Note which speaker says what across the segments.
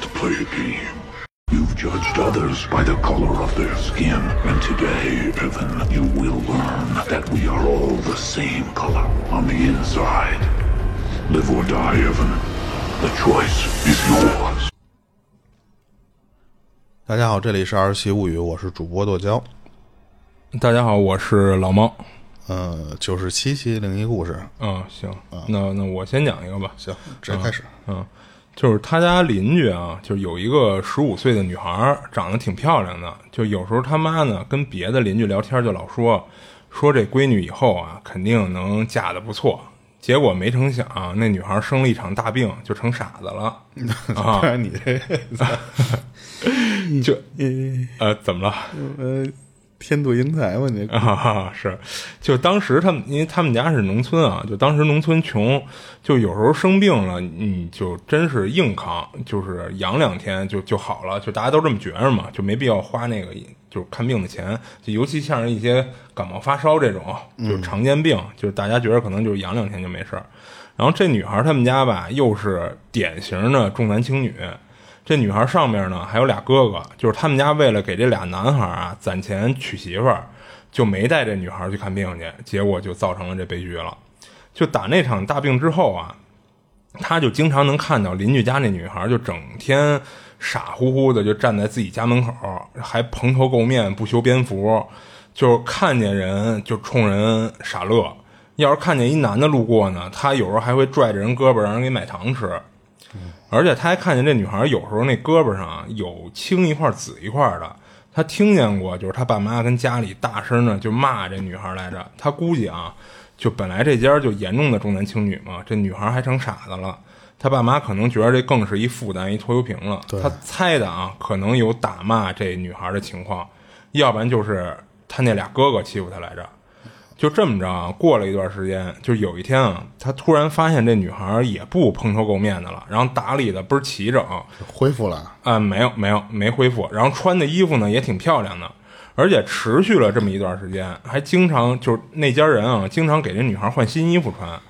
Speaker 1: to play a game. You've judged others by the color of their skin, and today, Evan, you will learn that we are all the same color on the inside. Live or die, Evan. The choice is yours.
Speaker 2: 大家好，这里是《二十七物语》，我是主播剁椒。
Speaker 3: 大家好，我是老猫。
Speaker 2: 呃，九十七期灵异故事，
Speaker 3: 嗯，行，那那我先讲一个吧。
Speaker 2: 行，直接开始。
Speaker 3: 嗯，就是他家邻居啊，就是有一个十五岁的女孩儿，长得挺漂亮的。就有时候他妈呢跟别的邻居聊天，就老说说这闺女以后啊，肯定能嫁得不错。结果没成想、啊那女孩生了一场大病，就成傻子了。啊
Speaker 2: 当然， 你 这
Speaker 3: 就呃，怎么了？
Speaker 2: 呃天妒英才嘛，你
Speaker 3: 啊，是，就当时他们，因为他们家是农村啊，就当时农村穷，就有时候生病了，你就真是硬扛，就是养两天就就好了，就大家都这么觉着嘛，就没必要花那个就是看病的钱，就尤其像是一些感冒发烧这种，就是常见病，就是大家觉得可能就是养两天就没事儿。然后这女孩儿他们家吧，又是典型的重男轻女，这女孩上面呢还有俩哥哥，就是他们家为了给这俩男孩啊攒钱娶媳妇儿，就没带这女孩去看病去，结果就造成了这悲剧了。就打那场大病之后啊，他就经常能看到邻居家那女孩就整天傻乎乎的就站在自己家门口，还蓬头垢面不修边幅，就是看见人就冲人傻乐。要是看见一男的路过呢，他有时候还会拽着人胳膊让人给买糖吃。而且他还看见这女孩有时候那胳膊上啊有青一块紫一块的，他听见过，就是他爸妈跟家里大声的就骂这女孩来着。他估计啊，就本来这家就严重的重男轻女嘛，这女孩还成傻子了。他爸妈可能觉得这更是一负担、一拖油瓶了。他猜的啊，可能有打骂这女孩的情况，要不然就是他那俩哥哥欺负他来着。就这么着啊，过了一段时间，就有一天啊，他突然发现这女孩也不蓬头垢面的了，然后打理的倍儿齐整，
Speaker 2: 恢复了，
Speaker 3: 啊，没有没有没恢复，然后穿的衣服呢也挺漂亮的，而且持续了这么一段时间，还经常就是那家人啊，经常给这女孩换新衣服穿，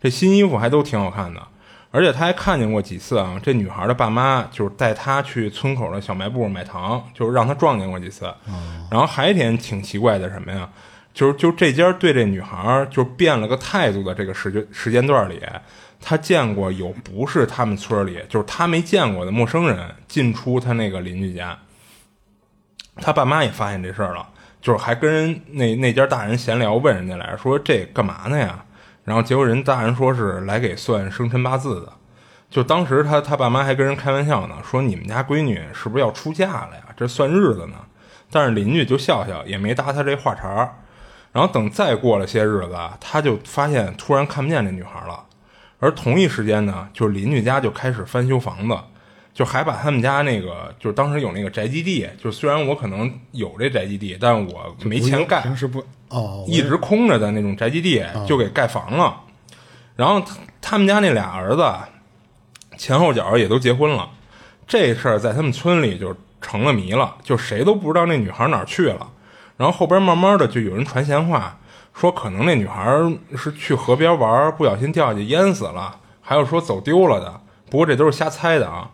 Speaker 3: 这新衣服还都挺好看的，而且他还看见过几次啊，这女孩的爸妈就是带她去村口的小卖部买糖，就是让她撞见过几次，然后还一点挺奇怪的什么呀？就是就这家对这女孩儿就变了个态度的这个时间时间段里，他见过有不是他们村儿里，就是他没见过的陌生人进出他那个邻居家。他爸妈也发现这事儿了，就是还跟人那那家大人闲聊，问人家来着说这干嘛呢呀？然后结果人大人说是来给算生辰八字的。就当时他他爸妈还跟人开玩笑呢，说你们家闺女是不是要出嫁了呀？这算日子呢。但是邻居就笑笑，也没搭他这话茬儿。然后等再过了些日子啊，他就发现突然看不见这女孩了。而同一时间呢，就是邻居家就开始翻修房子，就还把他们家那个，就是当时有那个宅基地，就虽然我可能有这宅基地，但我没钱盖，
Speaker 2: 平时不哦，
Speaker 3: 一直空着的那种宅基地就给盖房了。然后他他们家那俩儿子前后脚也都结婚了，这事儿在他们村里就成了谜了，就谁都不知道那女孩哪儿去了。然后后边慢慢的就有人传闲话，说可能那女孩是去河边玩，不小心掉下去淹死了，还有说走丢了的。不过这都是瞎猜的啊。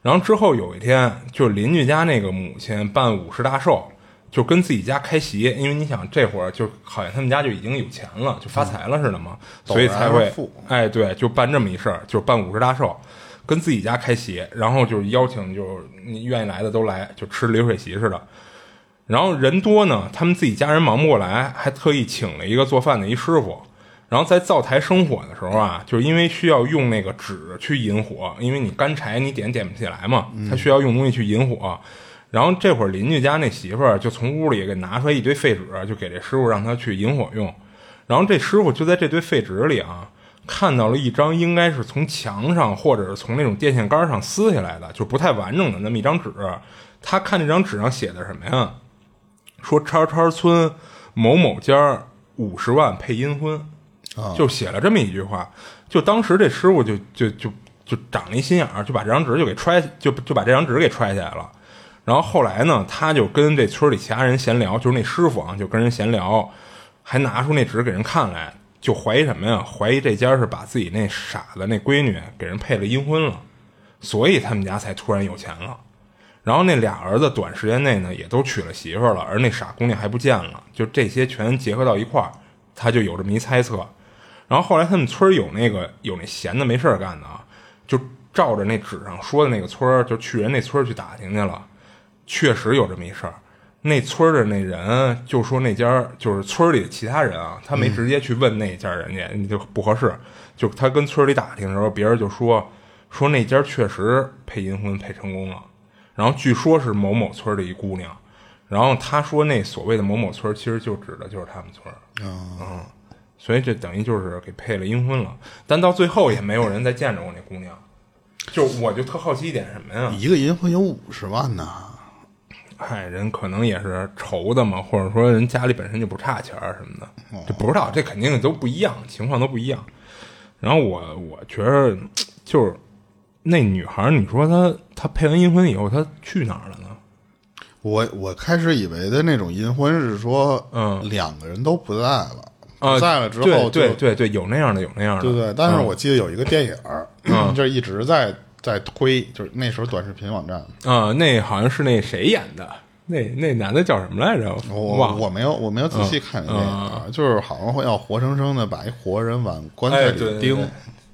Speaker 3: 然后之后有一天，就邻居家那个母亲办五十大寿，就跟自己家开席，因为你想这会儿就好像他们家就已经有钱了，就发财了似的嘛，所以才
Speaker 2: 陡然
Speaker 3: 会
Speaker 2: 而富
Speaker 3: 哎对，就办这么一事儿，就办五十大寿，跟自己家开席，然后就是邀请就是你愿意来的都来，就吃流水席似的。然后人多呢，他们自己家人忙不过来，还特意请了一个做饭的一师傅。然后在灶台生火的时候啊，就是因为需要用那个纸去引火，因为你干柴你点点不起来嘛，他需要用东西去引火。然后这会儿邻居家那媳妇儿就从屋里给拿出来一堆废纸，就给这师傅让他去引火用。然后这师傅就在这堆废纸里啊，看到了一张应该是从墙上或者是从那种电线杆上撕下来的，就不太完整的那么一张纸。他看这张纸上写的什么呀？说叉叉村某某家五十万配阴婚，就写了这么一句话。就当时这师傅就就就就长了一心眼儿，就把这张纸就给揣，就就把这张纸给揣起来了。然后后来呢，他就跟这村里其他人闲聊，就是那师傅啊，就跟人闲聊，还拿出那纸给人看来，啊就怀疑什么呀？怀疑这家是把自己那傻子那闺女给人配了阴婚了。所以他们家才突然有钱了。然后那俩儿子短时间内呢也都娶了媳妇儿了，而那傻姑娘还不见了，就这些全结合到一块儿，他就有这么一猜测。然后后来他们村儿有那个有那闲的没事儿干的啊，就照着那纸上说的那个村儿，就去人那村儿去打听去了。确实有这么一事儿。那村儿的那人就说那家儿就是村儿里的其他人啊，他没直接去问那家人家，就不合适。就他跟村儿里打听的时候，别人就说说那家儿确实配阴婚配成功了，然后据说是某某村儿的一姑娘。然后他说那所谓的某某村儿，其实就指的就是他们村儿。嗯所以这等于就是给配了阴婚了。但到最后也没有人再见着过那姑娘。就我就特好奇一点什么呀？
Speaker 2: 一个银婚有五十万呢，
Speaker 3: 哎，人可能也是愁的嘛，或者说人家里本身就不差钱儿什么
Speaker 2: 哦
Speaker 3: 的，这不知道，这肯定都不一样，情况都不一样。然后我我觉得就是那女孩儿，你说她她配完阴婚以后，她去哪儿了呢？
Speaker 2: 我我开始以为的那种阴婚是说，
Speaker 3: 嗯
Speaker 2: 两个人都不在了，
Speaker 3: 啊、
Speaker 2: 不在了之后
Speaker 3: 对
Speaker 2: 就
Speaker 3: 对嗯对对，有那样的，有那样的，
Speaker 2: 对对，但是我记得有一个电影儿，
Speaker 3: 嗯
Speaker 2: 就是一直在在推，就是那时候短视频网站，
Speaker 3: 啊、那好像是那谁演的，那那男的叫什么来着？
Speaker 2: 我
Speaker 3: 忘了。嗯
Speaker 2: 我没有我没有仔细看那电影儿，就是好像会要活生生的把一活人往棺材
Speaker 3: 哎，
Speaker 2: 里
Speaker 3: 对对
Speaker 2: 钉，
Speaker 3: 对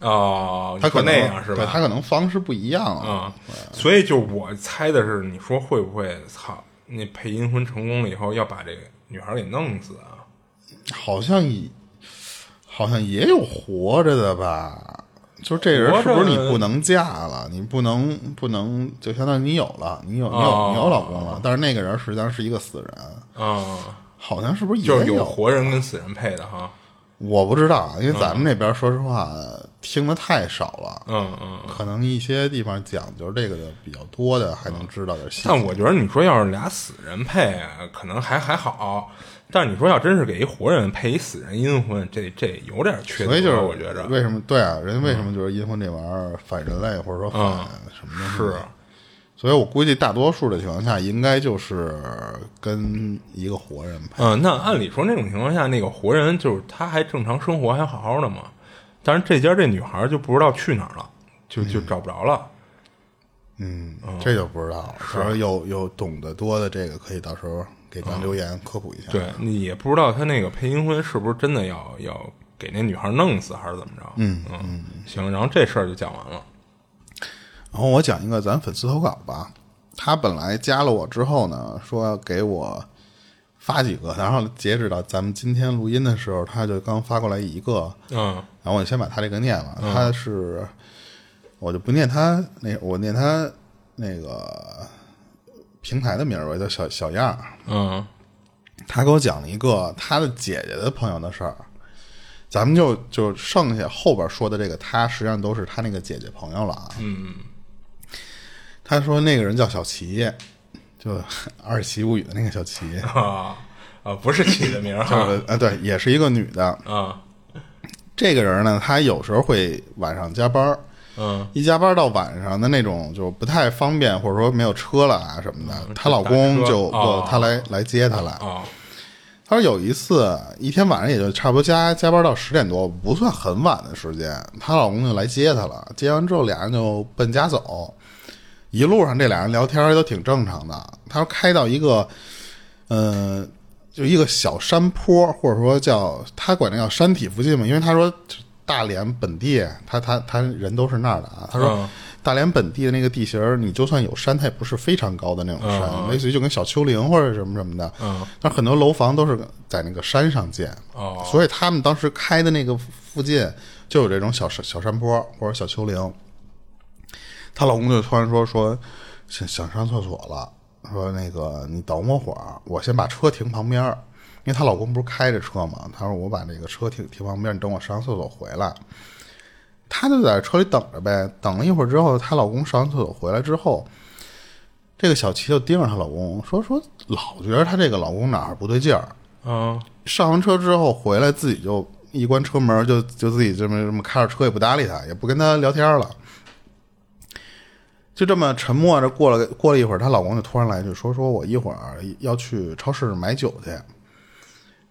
Speaker 3: 哦，
Speaker 2: 他
Speaker 3: 你说
Speaker 2: 可能
Speaker 3: 那样是吧？
Speaker 2: 对他可能方式不一样啊，
Speaker 3: 啊，所以就我猜的是，你说会不会操那配阴婚成功了以后要把这个女孩给弄死啊？
Speaker 2: 好像也好像也有活着的吧。就是这人是不
Speaker 3: 活
Speaker 2: 是
Speaker 3: 着
Speaker 2: 你
Speaker 3: 的
Speaker 2: 不能嫁了？你不能不能，就相当于你有了，你有你有、
Speaker 3: 哦
Speaker 2: 你有老公了，但是那个人实际上是一个死人，
Speaker 3: 啊，
Speaker 2: 好像是不是也
Speaker 3: 就是有
Speaker 2: 有
Speaker 3: 活人跟死人配的哈。
Speaker 2: 我不知道，啊因为咱们这边说实话、听的太少了，
Speaker 3: 嗯嗯，
Speaker 2: 可能一些地方讲究这个的比较多的，还
Speaker 3: 嗯
Speaker 2: 能知道点细节。
Speaker 3: 但我觉得你说要是俩死人配，啊可能还还好。但是你说要真是给一活人配一死人阴婚，这这有点缺德
Speaker 2: 所以就是
Speaker 3: 我觉着
Speaker 2: 为什么对啊？人为什么觉得阴婚这玩意儿反人类，或者说反
Speaker 3: 嗯
Speaker 2: 什么东西？
Speaker 3: 是，
Speaker 2: 所以我估计大多数的情况下，应该就是跟一个活人配。
Speaker 3: 嗯，那按理说那种情况下，那个活人就是他还正常生活还好好的嘛。但是这家这女孩就不知道去哪儿了，就就找不着了。
Speaker 2: 嗯，这就不知道了。到时候有有懂得多的这个，可以到时候给咱留言科普一下。
Speaker 3: 嗯对，你也不知道他那个配阴婚是不是真的要要给那女孩弄死，还是怎么着？嗯嗯，行，然后这事儿就讲完了。
Speaker 2: 然后我讲一个咱粉丝投稿吧，他本来加了我之后呢，说要给我发几个，然后截止到咱们今天录音的时候，他就刚发过来一个，
Speaker 3: 嗯
Speaker 2: 然后我就先把他这个念了，他是我就不念他那我念他那个平台的名儿吧，叫小小样儿，
Speaker 3: 嗯
Speaker 2: 他给我讲了一个他的姐姐的朋友的事儿，咱们就就剩下后边说的这个，他实际上都是他那个姐姐朋友了啊。嗯，他说那个人叫小齐，就 《二奇物语》的那个小 齐，
Speaker 3: 啊啊，不是起的名儿
Speaker 2: 就
Speaker 3: 哈
Speaker 2: 是啊，对，也是一个女的。
Speaker 3: 啊
Speaker 2: 这个人呢，她有时候会晚上加班儿，
Speaker 3: 嗯
Speaker 2: 一加班到晚上的那种就不太方便，或者说没有车了啊什么的，她老公
Speaker 3: 嗯打车
Speaker 2: 就
Speaker 3: 哦
Speaker 2: 不，她来来接她来。
Speaker 3: 啊
Speaker 2: 他说有一次一天晚上也就差不多加加班到十点多，不算很晚的时间，她老公就来接她了。接完之后，俩人就奔家走。一路上这俩人聊天都挺正常的。他说开到一个，呃，就一个小山坡，或者说叫他管那叫山体附近嘛，因为他说大连本地，他他他人都是那儿的啊。他说。
Speaker 3: 嗯
Speaker 2: 大连本地的那个地形儿，你就算有山，它也不是非常高的那种山，类似于就跟小丘陵或者什么什么的。
Speaker 3: 嗯，
Speaker 2: 但很多楼房都是在那个山上建，
Speaker 3: 哦
Speaker 2: 所以他们当时开的那个附近就有这种小山小山坡或者小丘陵。她老公就突然说说想想上厕所了，说那个你等我会儿，我先把车停旁边儿，因为她老公不是开着车嘛，她说我把那个车停停旁边儿，你等我上完厕所回来。她就在车里等着呗，等了一会儿之后，她老公上完厕所回来之后，这个小齐就盯着她老公说说，老觉得她这个老公哪儿不对劲儿。
Speaker 3: 啊
Speaker 2: 上完车之后回来，自己就一关车门就，就自己这么这么开着车，也不搭理他，也不跟他聊天了，就这么沉默着过了过了一会儿，她老公就突然来一句说：“说我一会儿要去超市买酒去。”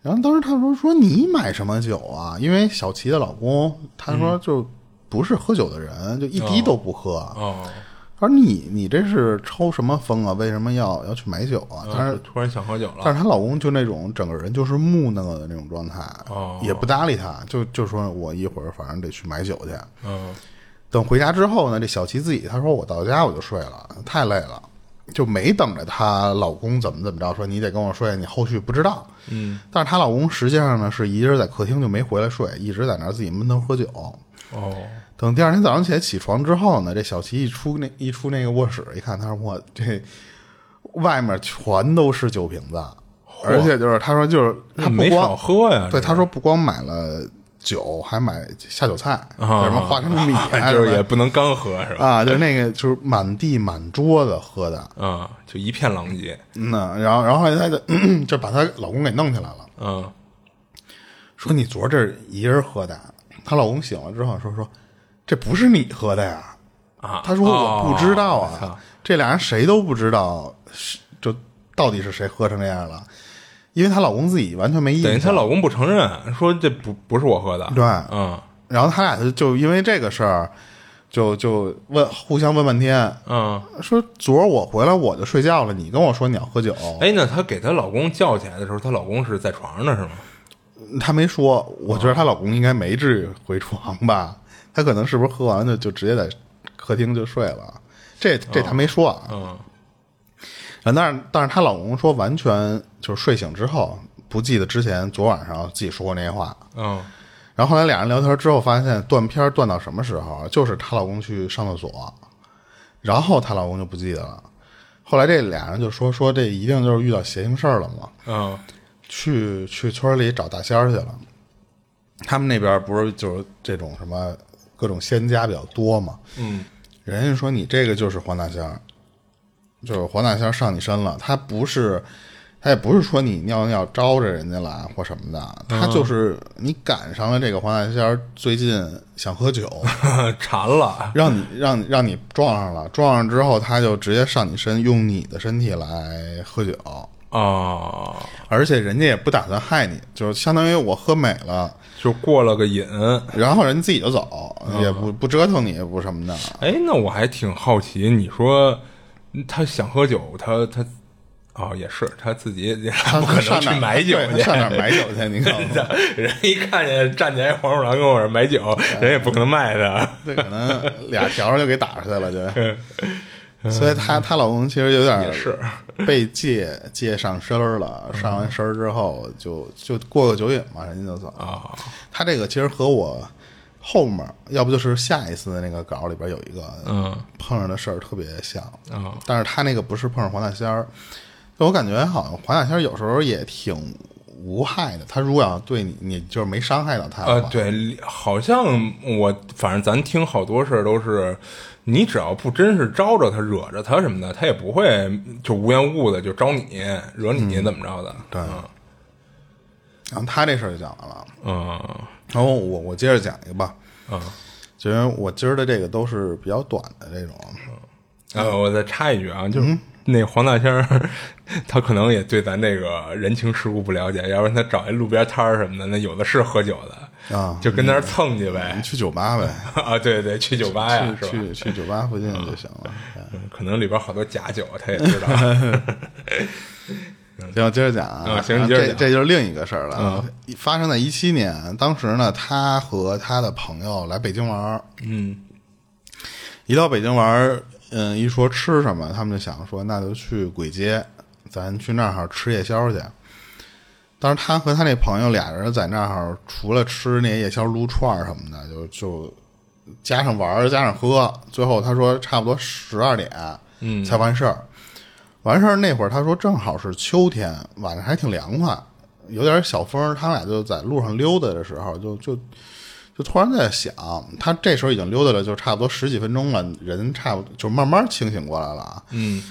Speaker 2: 然后当时她说：“说你买什么酒啊？”因为小齐的老公，他说就不是喝酒的人，就一滴都不喝。
Speaker 3: 哦
Speaker 2: 他说你你这是抽什么风啊？为什么要要去买酒啊？但是
Speaker 3: 突然想喝酒了，
Speaker 2: 但是她老公就那种整个人就是木讷的那种状态，
Speaker 3: 哦
Speaker 2: 也不搭理她，就就说我一会儿反正得去买酒去。
Speaker 3: 嗯
Speaker 2: 等回家之后呢，这小琪自己她说我到家我就睡了，太累了，就没等着她老公怎么怎么着，说你得跟我睡，你后续不知道。嗯，但是她老公实际上呢是一人在客厅就没回来睡，一直在那儿自己闷头喝酒。
Speaker 3: 哦，
Speaker 2: 等第二天早上起来起床之后呢，这小琪一出那一出那个卧室一看，他说我这外面全都是酒瓶子，而且就是他说就是他
Speaker 3: 那
Speaker 2: 不
Speaker 3: 没少
Speaker 2: 光
Speaker 3: 喝呀，
Speaker 2: 对
Speaker 3: 这
Speaker 2: 他说不光买了酒，还买下酒菜，什么花生米啊，
Speaker 3: 就是
Speaker 2: 什
Speaker 3: 也
Speaker 2: 么
Speaker 3: 不能干喝是吧？
Speaker 2: 啊，就是那个就是满地满桌子喝的，
Speaker 3: 嗯，就一片狼藉，
Speaker 2: 嗯呐，然后然后后来她就就把她老公给弄起来了，
Speaker 3: 嗯，
Speaker 2: 说你昨儿这儿一人喝的，她老公醒了之后说说这不是你喝的呀。
Speaker 3: 啊，
Speaker 2: 他说我不知道啊，
Speaker 3: 哦操
Speaker 2: 这俩人谁都不知道是就到底是谁喝成这样了，因为她老公自己完全没意
Speaker 3: 等于
Speaker 2: 识。
Speaker 3: 她老公不承认，说这不不是我喝的，
Speaker 2: 对
Speaker 3: 嗯
Speaker 2: 然后他俩就就因为这个事儿，就就问互相问半天，
Speaker 3: 嗯，
Speaker 2: 说昨儿我回来我就睡觉了，你跟我说你要喝酒，
Speaker 3: 哎，那她给她老公叫起来的时候，她老公是在床上呢是吗？
Speaker 2: 她没说，我觉得她老公应该没至于回床吧，她可能是不是喝完了就直接在客厅就睡了，这这她没说啊。
Speaker 3: 嗯，
Speaker 2: 然后但是但是她老公说完全就是睡醒之后不记得之前昨晚上自己说过那些话。
Speaker 3: 嗯，
Speaker 2: 然后后来俩人聊天之后发现断片儿断到什么时候，啊就是她老公去上厕所，然后她老公就不记得了。后来这俩人就说说这一定就是遇到邪性事儿了嘛，
Speaker 3: 嗯，
Speaker 2: 去去村里找大仙儿去了。他们那边不是就是这种什么各种仙家比较多嘛，
Speaker 3: 嗯，
Speaker 2: 人家说你这个就是黄大仙儿，就是黄大仙儿上你身了。他不是，他也不是说你尿尿招着人家了或什么的，
Speaker 3: 嗯
Speaker 2: 他就是你赶上了这个黄大仙儿最近想喝 酒，
Speaker 3: 馋了，
Speaker 2: 让你让你让你撞上了，撞上之后他就直接上你身，用你的身体来喝酒，
Speaker 3: 哦，
Speaker 2: 而且人家也不打算害你，就是相当于我喝美了，
Speaker 3: 就过了个瘾。
Speaker 2: 然后人自己就走，也
Speaker 3: 嗯
Speaker 2: 不不折腾你，也不什么 的。
Speaker 3: 哎，那我还挺好奇，你说她想喝酒，她她哦也是，她自己也
Speaker 2: 他
Speaker 3: 不可能
Speaker 2: 上
Speaker 3: 去
Speaker 2: 哪儿
Speaker 3: 买酒
Speaker 2: 对
Speaker 3: 去，
Speaker 2: 上哪儿买酒去？你看。
Speaker 3: 人一看见站起来黄鼠狼跟我这儿买酒，人也不可能卖的。
Speaker 2: 这可能俩条就给打出去了，就。 所以她她老公其实有点
Speaker 3: 是嗯
Speaker 2: 被戒戒上身儿了， 上完身儿之后就就过个酒瘾嘛，人家就走
Speaker 3: 啊。
Speaker 2: 她这个其实和我后面儿，要不就是下一次的那个稿里边有一个
Speaker 3: 嗯
Speaker 2: 碰上的事儿特别像，
Speaker 3: 啊
Speaker 2: 但是她那个不是碰上黄大仙儿，就我感觉好像黄大仙儿有时候也挺无害的，他如果要对你，你就是没伤害到他
Speaker 3: 呃
Speaker 2: 的，话，
Speaker 3: 对，好像我反正咱听好多事儿都是，你只要不真是招着他、惹着他什么的，他也不会就无缘无故的就招你、惹你怎么着的。
Speaker 2: 嗯对然后她这事儿就讲完了。
Speaker 3: 嗯
Speaker 2: 然后我我接着讲一个吧，
Speaker 3: 嗯，
Speaker 2: 其实我今儿的这个都是比较短的这种，
Speaker 3: 呃，我再插一句啊，
Speaker 2: 嗯
Speaker 3: 就是那个黄大仙儿， 他可能也对咱这个人情世故不了解，要不然他找一路边摊儿什么的，那有的是喝酒的
Speaker 2: 啊
Speaker 3: 就跟那儿蹭去呗
Speaker 2: 你。去酒吧呗，
Speaker 3: 啊，对对，去酒吧呀，是
Speaker 2: 去
Speaker 3: 吧？
Speaker 2: 去去酒吧附近就行了。哎
Speaker 3: 嗯可能里边好多假酒，他也 知道。
Speaker 2: 行，我接着讲啊
Speaker 3: 啊行你接着
Speaker 2: 这
Speaker 3: 讲嗯
Speaker 2: 这就是另一个事儿了，发生在一七年，当时呢，她和她的朋友来北京玩儿，
Speaker 3: 嗯
Speaker 2: 一到北京玩儿，嗯，一说吃什么，他们就想说，那就去簋街，咱去那儿吃夜宵去。当时他和他那朋友俩人在那儿，除了吃那夜宵、撸串儿什么的，就就加上玩儿，加上喝，最后他说差不多十二点，嗯，才完事儿。完事儿那会儿，他说正好是秋天，晚上还挺凉快，有点小风儿。他俩就在路上溜达的时候，就就就突然在想，他这时候已经溜达了，就差不多十几分钟了，人差不多就慢慢清醒过来了啊。
Speaker 3: 嗯，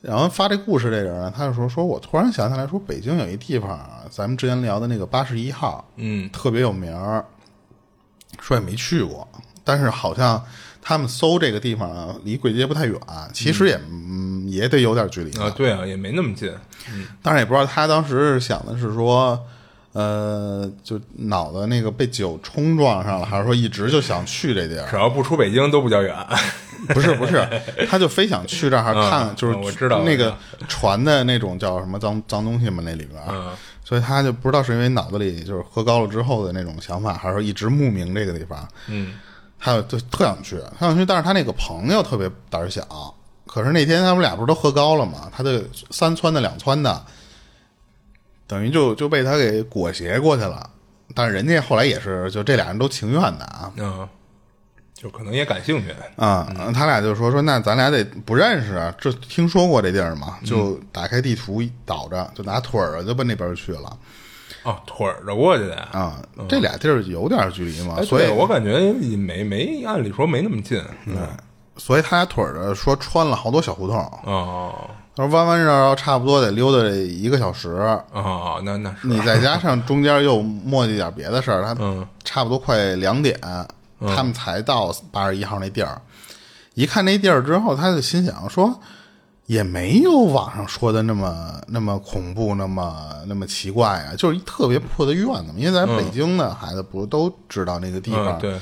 Speaker 2: 然后发这故事这人呢，他就说说我突然想起来，说北京有一地方啊，咱们之前聊的那个八十一号，
Speaker 3: 嗯
Speaker 2: 特别有名儿，说也没去过，但是好像他们搜这个地方啊离簋街不太远，其实也嗯也
Speaker 3: 嗯
Speaker 2: 得有点距离的
Speaker 3: 啊，对啊，也没那么近。
Speaker 2: 当然也不知道他当时是想的是说，嗯、呃，就脑袋那个被酒冲撞上了，还是说一直就想去这地儿？
Speaker 3: 只要不出北京都不叫远。
Speaker 2: 不是不是，他就非想去这儿看，
Speaker 3: 嗯
Speaker 2: 就是
Speaker 3: 嗯我知道嗯
Speaker 2: 那
Speaker 3: 我
Speaker 2: 个
Speaker 3: 知
Speaker 2: 船的那种叫什么脏脏东西嘛，那里边儿，所以他就不知道是因为脑子里就是喝高了之后的那种想法，还是说一直慕名这个地方，嗯，他就就特想去，他想去，但是他那个朋友特别胆儿小，可是那天他们俩不是都喝高了嘛，他就三窜的两窜的，等于就就被他给裹挟过去了。但是人家后来也是，就这俩人都情愿的啊，
Speaker 3: 嗯，就可能也感兴趣。
Speaker 2: 啊、
Speaker 3: 嗯
Speaker 2: 他俩就说说那咱俩得不认识，啊，这听说过这地儿嘛，就
Speaker 3: 嗯
Speaker 2: 打开地图一倒着，就拿腿儿就奔那边去了
Speaker 3: 哦，腿儿着过去的啊。
Speaker 2: 啊、这俩地儿有点距离嘛，
Speaker 3: 哎，
Speaker 2: 所以
Speaker 3: 对我感觉也没没，按理说没那么近。
Speaker 2: 嗯所以他俩腿儿着说穿了好多小胡同，
Speaker 3: 哦
Speaker 2: 他说弯弯绕绕差不多得溜达一个小时。
Speaker 3: 哦，那那 是
Speaker 2: 你再加上中间又磨叽点别的事儿，他
Speaker 3: 嗯
Speaker 2: 差不多快两点，他们才到八十一号那地儿。一看那地儿之后，他就心想说，也没有网上说的那么那么恐怖，那么那么奇怪啊，就是一特别破的院子嘛。因为咱北京的孩子不都知道那个地方，
Speaker 3: 嗯对，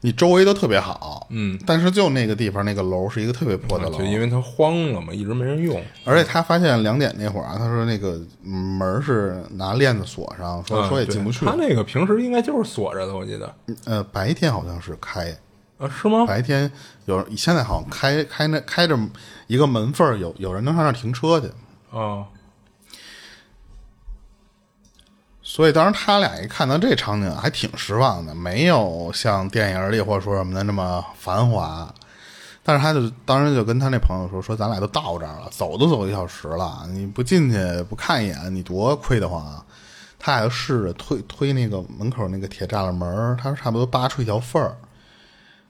Speaker 2: 你周围都特别好，嗯，但是就那个地方那个楼是一个特别破的楼
Speaker 3: 啊就，因为它荒了嘛，一直没人用。
Speaker 2: 而且他发现两点那会儿啊，他说那个门儿是拿链子锁上，说
Speaker 3: 嗯
Speaker 2: 说也
Speaker 3: 对
Speaker 2: 进不去。
Speaker 3: 他那个平时应该就是锁着的，我记得
Speaker 2: 呃，白天好像是开，
Speaker 3: 啊，是吗？
Speaker 2: 白天有人现在好像开开那开着一个门缝儿，有有人能上那儿停车去。
Speaker 3: 哦，
Speaker 2: 所以当时他俩一看到这场景，还挺失望的，没有像电影里或者说什么的那么繁华。但是他就当时就跟他那朋友说：“说咱俩都到这儿了，走都走一小时了，你不进去不看一眼，你多亏得慌啊！”他俩就试着推推那个门口那个铁栅栏门儿，他说差不多扒出一条缝儿。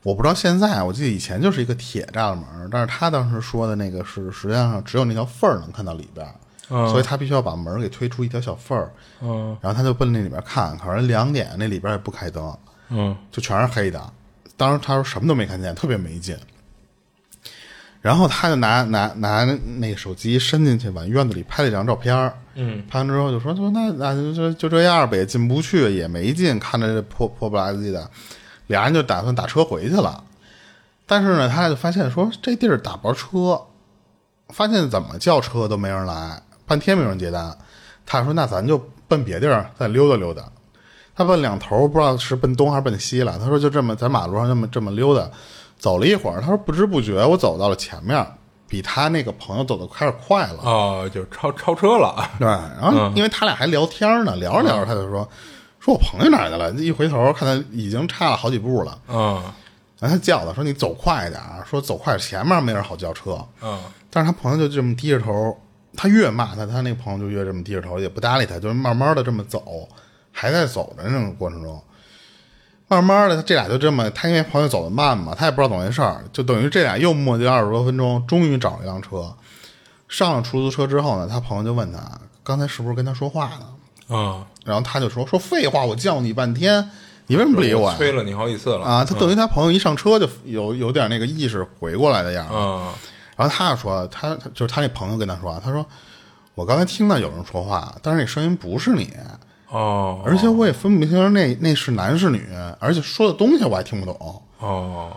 Speaker 2: 我不知道现在，我记得以前就是一个铁栅栏门儿，但是他当时说的那个是实际上只有那条缝儿能看到里边儿，所以他必须要把门儿给推出一条小缝儿。
Speaker 3: 嗯
Speaker 2: 然后他就奔那里边看，可是两点那里边也不开灯，
Speaker 3: 嗯，
Speaker 2: 就全是黑的。当时他说什么都没看见，特别没劲。然后他就拿拿拿那个手机伸进去，往院子里拍了一张照片嗯，拍完之后就说说那那就就就这样呗，也进不去也没劲，看着这破破不拉几的，俩人就打算打车回去了。但是呢，他俩就发现说这地儿打不着车，发现怎么叫车都没人来，半天没有人接单。他说：“那咱就奔别地儿再溜达溜达。”他奔两头，不知道是奔东还是奔西了。他说：“就这么在马路上这么这么溜达，走了一会儿，他说不知不觉我走到了前面，比他那个朋友走的开始快了。
Speaker 3: 哦，就超超车了。
Speaker 2: 对，然后因为他俩还聊天呢，聊着聊着他就说：‘说我朋友哪儿去了？’一回头看他已经差了好几步了。
Speaker 3: 嗯
Speaker 2: 然后他叫他说：‘你走快点儿，说走快点儿，前面没人好叫车。’
Speaker 3: 嗯
Speaker 2: 但是他朋友就这么低着头，他越骂他，他那个朋友就越这么低着头，也不搭理他，就是慢慢的这么走，还在走的那种过程中，慢慢的他这俩就这么，他因为朋友走得慢嘛，他也不知道怎么回事儿，就等于这俩又磨叽二十多分钟，终于找了一辆车，上了出租车之后呢，他朋友就问他刚才是不是跟他说话呢？
Speaker 3: 嗯，
Speaker 2: 然后他就说说废话，我叫你半天，你为什么不理我呀？
Speaker 3: 催了你好几次了
Speaker 2: 啊，他等于他朋友一上车就有有点那个意识回过来的样子。
Speaker 3: 嗯
Speaker 2: 然后他就说，他他就是他那朋友跟他说，他说我刚才听到有人说话，但是那声音不是你，
Speaker 3: 哦
Speaker 2: 而且我也分不清那那是男是女，而且说的东西我还听不懂。
Speaker 3: 哦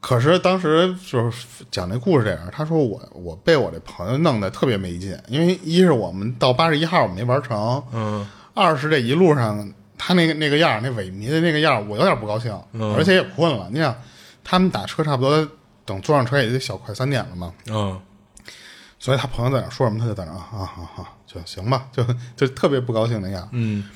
Speaker 2: 可是当时就是讲这故事这样，他说我我被我这朋友弄得特别没劲，因为一是我们到八十一号我没玩成，嗯，二是这一路上他那个那个样儿那萎靡的那个样儿，我有点不高兴，而且也困了。你想，他们打车差不多等坐上车也得小快三点了嘛，
Speaker 3: 嗯
Speaker 2: 所以他朋友在那儿说什么，他就在那儿啊啊啊啊，就行吧， 就就特别不高兴那样。
Speaker 3: 嗯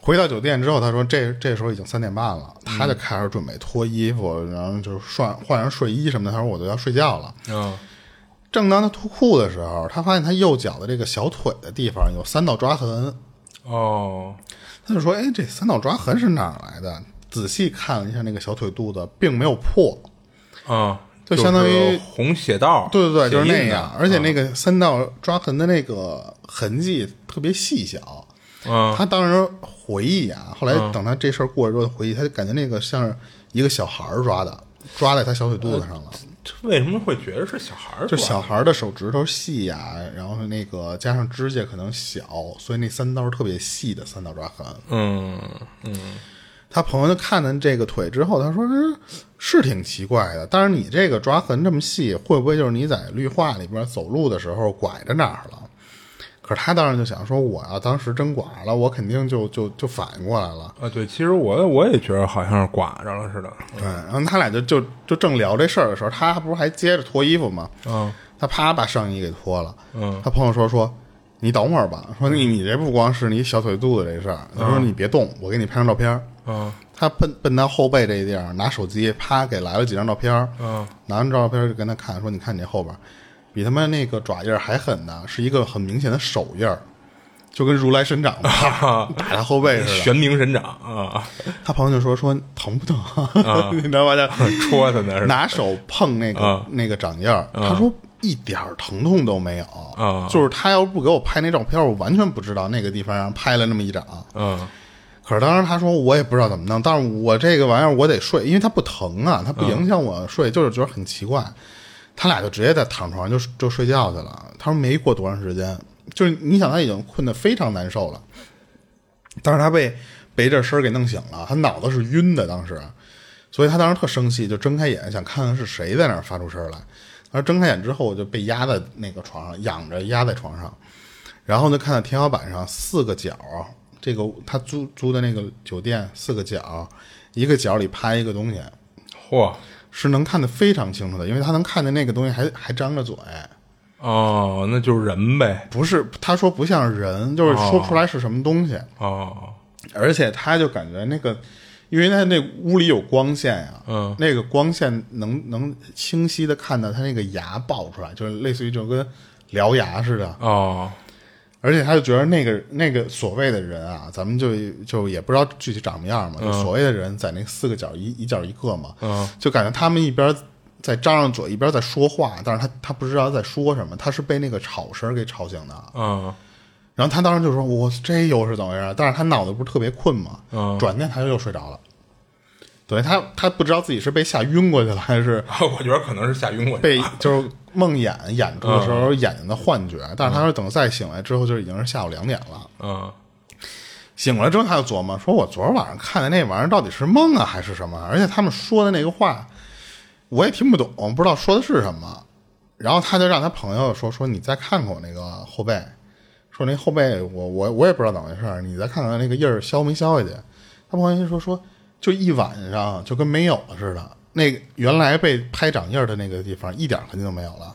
Speaker 2: 回到酒店之后，他说这这时候已经三点半了，他就开始准备脱衣服，然后就是换换上睡衣什么的。他说我就要睡觉了。
Speaker 3: 嗯
Speaker 2: 正当他脱裤的时候，他发现他右脚的这个小腿的地方有三道抓痕，
Speaker 3: 哦
Speaker 2: 他就说：“哎，这三道抓痕是哪儿来的？”仔细看了一下那个小腿肚子，并没有破，
Speaker 3: 嗯，
Speaker 2: 就相当于
Speaker 3: 是红血道，
Speaker 2: 对对对，就是
Speaker 3: 血
Speaker 2: 那
Speaker 3: 印的
Speaker 2: 样。嗯而且那个三道抓痕的那个痕迹特别细小。
Speaker 3: 嗯
Speaker 2: 他当时回忆啊，后来等他这事儿过了之后回忆，他就感觉那个像是一个小孩儿抓的，抓在他小腿肚子上了。
Speaker 3: 这为什么会觉得是小孩儿？
Speaker 2: 就小，孩儿的手指头细呀、然后那个加上指甲可能小，所以那三刀特别细的三道抓痕。
Speaker 3: 嗯嗯，
Speaker 2: 他朋友就看见这个腿之后，他说是是挺奇怪的，但是你这个抓痕这么细，会不会就是你在绿化里边走路的时候拐着哪儿了？可是他当时就想说，我要、当时真拐了，我肯定就就就反应过来了。
Speaker 3: 啊，对，其实我我也觉得好像是刮着了似的。
Speaker 2: 对，然后他俩就就就正聊这事儿的时候，他不是还接着脱衣服吗？
Speaker 3: 嗯，
Speaker 2: 他啪把上衣给脱了。
Speaker 3: 嗯，
Speaker 2: 他朋友说说，你等会儿吧，说你你这不光是你小腿肚子这事儿，他说你别动，我给你拍张照片儿。
Speaker 3: 嗯
Speaker 2: 他奔奔他后背这一地儿，拿手机啪给来了几张照片儿。
Speaker 3: 嗯
Speaker 2: 拿完照片就跟他看，说你看你这后边儿，比他妈那个爪印儿还狠呢，是一个很明显的手印儿，就跟如来神掌啪 打他后背似的。
Speaker 3: 玄冥神掌啊，
Speaker 2: 他朋友就说说疼不疼？
Speaker 3: 嗯
Speaker 2: 你知道吧？就
Speaker 3: 戳他那是。
Speaker 2: 拿手碰那个、
Speaker 3: 啊
Speaker 2: 那个掌印儿，他说一点儿疼痛都没有，
Speaker 3: 啊
Speaker 2: 就是他要不给我拍那照片，我完全不知道那个地方让拍了那么一掌。
Speaker 3: 嗯
Speaker 2: 可是当时他说我也不知道怎么弄，但是我这个玩意儿我得睡，因为它不疼啊，它不影响我睡，就是觉得很奇怪。他俩就直接在躺床上就就睡觉去了。他说没过多长时间，就是你想他已经困得非常难受了，但是他被被这声儿给弄醒了，他脑子是晕的，当时，所以他当时特生气，就睁开眼想看看是谁在那儿发出声儿来。他说睁开眼之后，我就被压在那个床上，仰着压在床上，然后呢看到天花板上四个角，这个他租租的那个酒店四个角，一个角里拍一个东西，
Speaker 3: 嚯
Speaker 2: 是能看得非常清楚的，因为他能看见那个东西还还张着嘴。
Speaker 3: 哦，那就是人呗。
Speaker 2: 不是，他说不像人，就是说不出来是什么东西。
Speaker 3: 哦
Speaker 2: 而且他就感觉那个，因为他那屋里有光线呀、
Speaker 3: 嗯
Speaker 2: 那个光线能能清晰的看到他那个牙爆出来，就是类似于就跟獠牙似的。
Speaker 3: 哦
Speaker 2: 而且他就觉得那个那个所谓的人啊，咱们就就也不知道具体长什么样嘛，就所谓的人在那四个角一一角一个嘛，
Speaker 3: 嗯
Speaker 2: 就感觉他们一边在张着嘴一边在说话，但是他他不知道在说什么，他是被那个吵声给吵醒的。
Speaker 3: 嗯
Speaker 2: 然后他当时就说：“我这又是怎么回事儿？”啊但是他脑子不是特别困嘛，
Speaker 3: 嗯
Speaker 2: 转念他就又睡着了。对他，他不知道自己是被吓晕过去了，还是
Speaker 3: 我觉得可能是吓晕过去
Speaker 2: 被
Speaker 3: 了。
Speaker 2: 就是梦魇
Speaker 3: 嗯
Speaker 2: 演出的时候眼睛的幻觉。但是他说等再醒来之后，就已经是下午两点了。
Speaker 3: 嗯
Speaker 2: 醒过来之后，他就琢磨说：“我昨儿晚上看的那玩意儿到底是梦啊，还是什么？”而且他们说的那个话，我也听不懂，不知道说的是什么。然后他就让他朋友说：“说你再看看我那个后背，说那后背我我我也不知道怎么回事儿，你再看看那个印儿消没消下去。”他朋友就说：“说就一晚上就跟没有了似的，那个原来被拍掌印儿的那个地方一点痕迹都没有了。”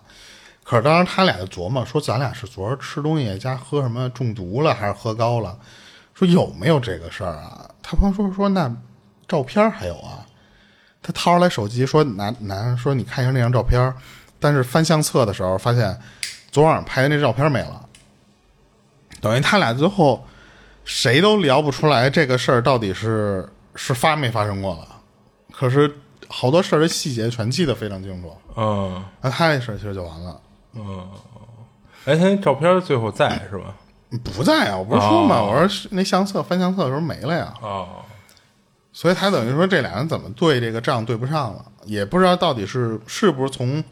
Speaker 2: 可是当时他俩就琢磨说，咱俩是昨儿吃东西加喝什么中毒了，还是喝高了？说有没有这个事儿啊？他朋友说说那照片儿还有啊，他掏出来手机说拿拿说你看一下那张照片儿，但是翻相册的时候发现昨晚上拍的那照片没了，等于他俩最后谁都聊不出来这个事儿到底是是发没发生过了，可是好多事儿的细节全记得非常清楚，
Speaker 3: 嗯
Speaker 2: 那他这事儿其实就完了。
Speaker 3: 嗯，哎，他那照片最后在是吧？
Speaker 2: 不在啊，我不是说嘛，
Speaker 3: 哦
Speaker 2: 我说是那相册翻相册的时候没了呀，
Speaker 3: 哦
Speaker 2: 所以他等于说这俩人怎么对这个账对不上了，也不知道到底是是不是从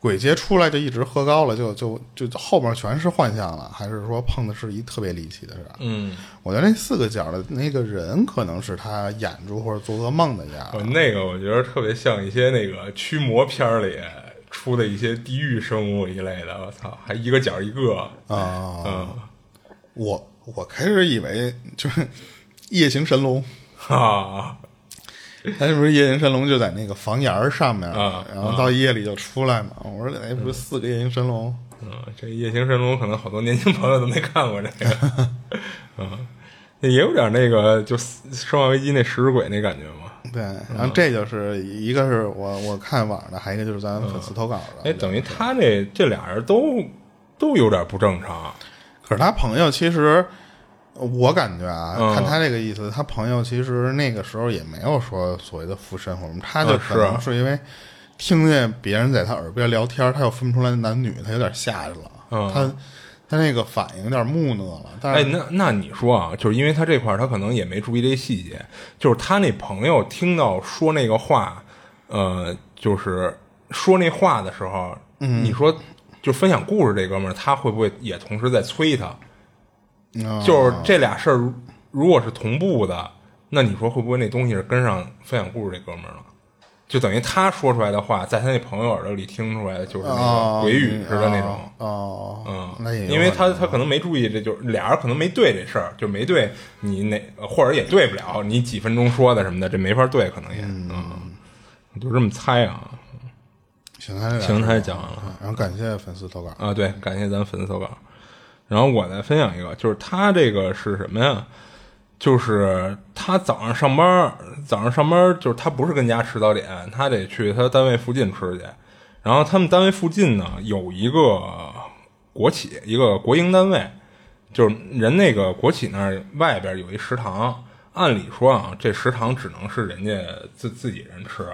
Speaker 2: 鬼节出来就一直喝高了，就就就后面全是幻象了，还是说碰的是一特别离奇的事儿？
Speaker 3: 嗯，
Speaker 2: 我觉得那四个角的那个人可能是他演出或者做噩梦的一样
Speaker 3: 哦，那个我觉得特别像一些那个驱魔片儿里出的一些地狱生物一类的，我操，还一个角一个，
Speaker 2: 啊、
Speaker 3: 嗯，
Speaker 2: 我我开始以为就是夜行神龙。
Speaker 3: 哈，
Speaker 2: 他哎是不是夜行神龙就在那个房檐儿上面，
Speaker 3: 啊
Speaker 2: 然后到夜里就出来嘛？我说哎，不是四个夜行神龙？
Speaker 3: 嗯，这《夜行神龙》可能好多年轻朋友都没看过这个， 嗯，也有点那个就《生化危机》那食尸鬼那感觉嘛。
Speaker 2: 对，
Speaker 3: 嗯
Speaker 2: 然后这就是一个是我我看网上的，还有一个就是咱粉丝投稿的。
Speaker 3: 哎，等于他这这俩人都都有点不正常，
Speaker 2: 可是他朋友其实，我感觉啊，
Speaker 3: 嗯
Speaker 2: 看他这个意思，他朋友其实那个时候也没有说所谓的附身或者什么，他就
Speaker 3: 嗯是
Speaker 2: 可能是因为听见别人在他耳边聊天，他又分不出来男女，他有点吓着了，
Speaker 3: 嗯
Speaker 2: 他他那个反应有点木讷了。但
Speaker 3: 哎
Speaker 2: 是，
Speaker 3: 那那你说啊，就是因为他这块儿，他可能也没注意这细节，就是他那朋友听到说那个话，呃，就是说那话的时候，你说就分享故事这哥们儿，他会不会也同时在催他？就是这俩事儿如，如果是同步的，那你说会不会那东西是跟上分享故事这哥们儿了？就等于他说出来的话，在他那朋友耳朵里听出来的就是那种
Speaker 2: 啊，
Speaker 3: 鬼语似的那种。
Speaker 2: 哦，
Speaker 3: 嗯，
Speaker 2: 那也有
Speaker 3: 因为
Speaker 2: 可
Speaker 3: 他
Speaker 2: 能啊
Speaker 3: 他可能没注意，这就是俩人可能没对这事儿，就没对你哪，或者也对不了你几分钟说的什么的，这没法对，可能也嗯，我就这么猜啊。
Speaker 2: 行，他这俩
Speaker 3: 行，
Speaker 2: 是
Speaker 3: 他也讲完了
Speaker 2: 然后感谢粉丝投稿，
Speaker 3: 啊，对，感谢咱粉丝投稿。然后我再分享一个，就是他这个是什么呀？就是他早上上班，早上上班就是他不是跟家吃早点，他得去他单位附近吃去。然后他们单位附近呢有一个国企，一个国营单位，就是人那个国企那儿外边有一食堂。按理说啊，这食堂只能是人家自自己人吃，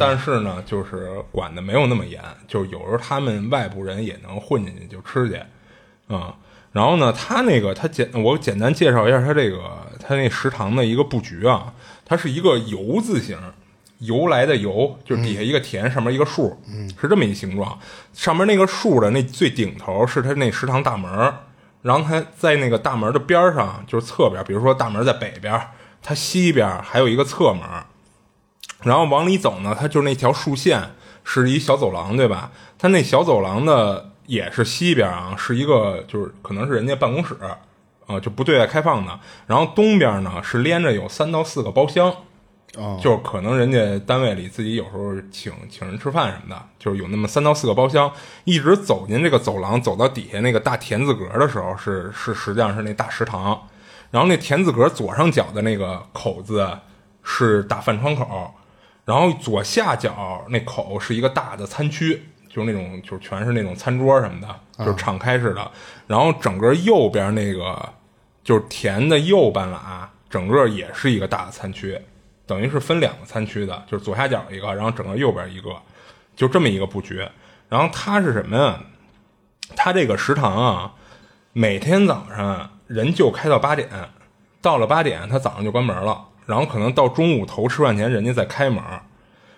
Speaker 3: 但是呢，就是管的没有那么严，就是有时候他们外部人也能混进去就吃去。嗯，然后呢，他那个他简我简单介绍一下他这个他那食堂的一个布局啊，它是一个油字形，由来的由就是底下一个田，上面一个竖，嗯，是这么一形状。上面那个竖的那最顶头是他那食堂大门儿，然后他在那个大门的边儿上，就是侧边儿，比如说大门在北边儿，它西边儿还有一个侧门儿，然后往里走呢，它就是那条竖线，是一小走廊，对吧？它那小走廊的也是西边啊，是一个就是可能是人家办公室，啊、就不对外开放的。然后东边呢是连着有三到四个包厢，
Speaker 2: 哦
Speaker 3: 就是可能人家单位里自己有时候请请人吃饭什么的，就是有那么三到四个包厢，一直走进这个走廊，走到底下那个大田字格的时候是，是实际上是那大食堂，然后那田字格左上角的那个口子是大饭窗口，然后左下角那口是一个大的餐区，就是那种就是全是那种餐桌什么的，就是敞开式的，然后整个右边那个就是田的右半拉，整个也是一个大的餐区，等于是分两个餐区的，就是左下角一个，然后整个右边一个，就这么一个布局。然后它是什么呀？它这个食堂啊，每天早上人就开到八点，到了八点它早上就关门了，然后可能到中午头吃饭前人家再开门。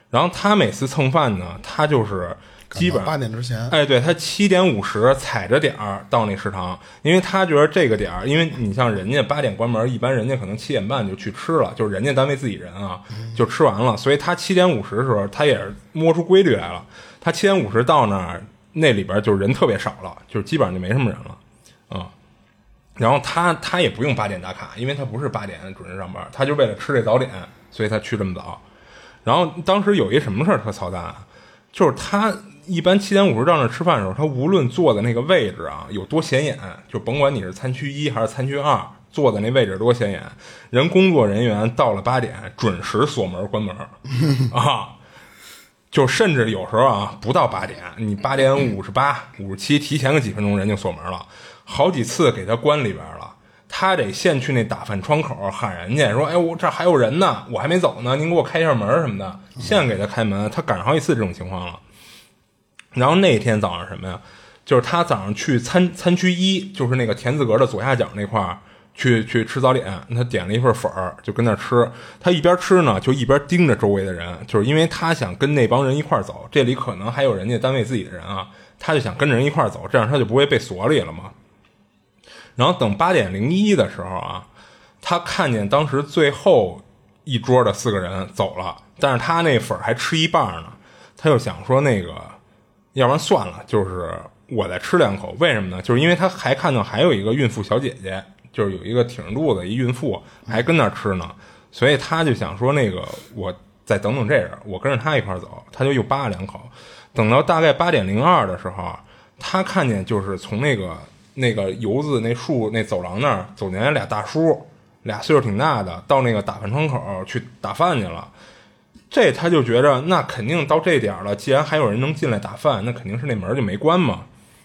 Speaker 3: 然后他每次蹭饭呢，他就是基本上
Speaker 2: 八点之前，
Speaker 3: 哎，对他七点五十踩着点儿到那食堂，因为他觉得这个点儿，因为你像人家八点关门，一般人家可能七点半就去吃了，就是人家单位自己人啊，就吃完了，所以他七点五十的时候，他也是摸出规律来了，他七点五十到那儿，那里边就是人特别少了，就是基本上就没什么人了，啊、然后他他也不用八点打卡，因为他不是八点准时上班，他就为了吃这早点，所以他去这么早。然后当时有一什么事儿特操蛋啊，就是他一般七点五十到那儿吃饭的时候，他无论坐的那个位置啊有多显眼，就甭管你是餐区一还是餐区二，坐的那位置多显眼，人工作人员到了八点准时锁门关门啊。就甚至有时候啊，不到八点，你八点五十八、五十七提前个几分钟人就锁门了，好几次给他关里边了。他得先去那打饭窗口喊人家说：“哎，我这还有人呢，我还没走呢，您给我开一下门什么的。”现给他开门，他赶上好几次这种情况了。然后那天早上什么呀？就是他早上去餐餐区一，就是那个田字格的左下角那块儿去去吃早点，他点了一份粉儿，就跟那儿吃。他一边吃呢，就一边盯着周围的人，就是因为他想跟那帮人一块儿走，这里可能还有人家单位自己的人啊，他就想跟着人一块儿走，这样他就不会被锁里了嘛。然后等八点零一的时候啊，他看见当时最后一桌的四个人走了，但是他那粉儿还吃一半呢，他就想说那个，要不然算了，就是我再吃两口。为什么呢？就是因为他还看到还有一个孕妇小姐姐，就是有一个挺着肚子一孕妇还跟那儿吃呢，所以他就想说那个我再等等这人，我跟着他一块儿走，他就又扒了两口。等到大概八点零二的时候，他看见就是从那个那个油子那树那走廊那儿走进来俩大叔，俩岁数挺大的，到那个打饭窗口去打饭去了。这他就觉着那肯定到这点儿了，既然还有人能进来打饭，那肯定是那门儿就没关嘛，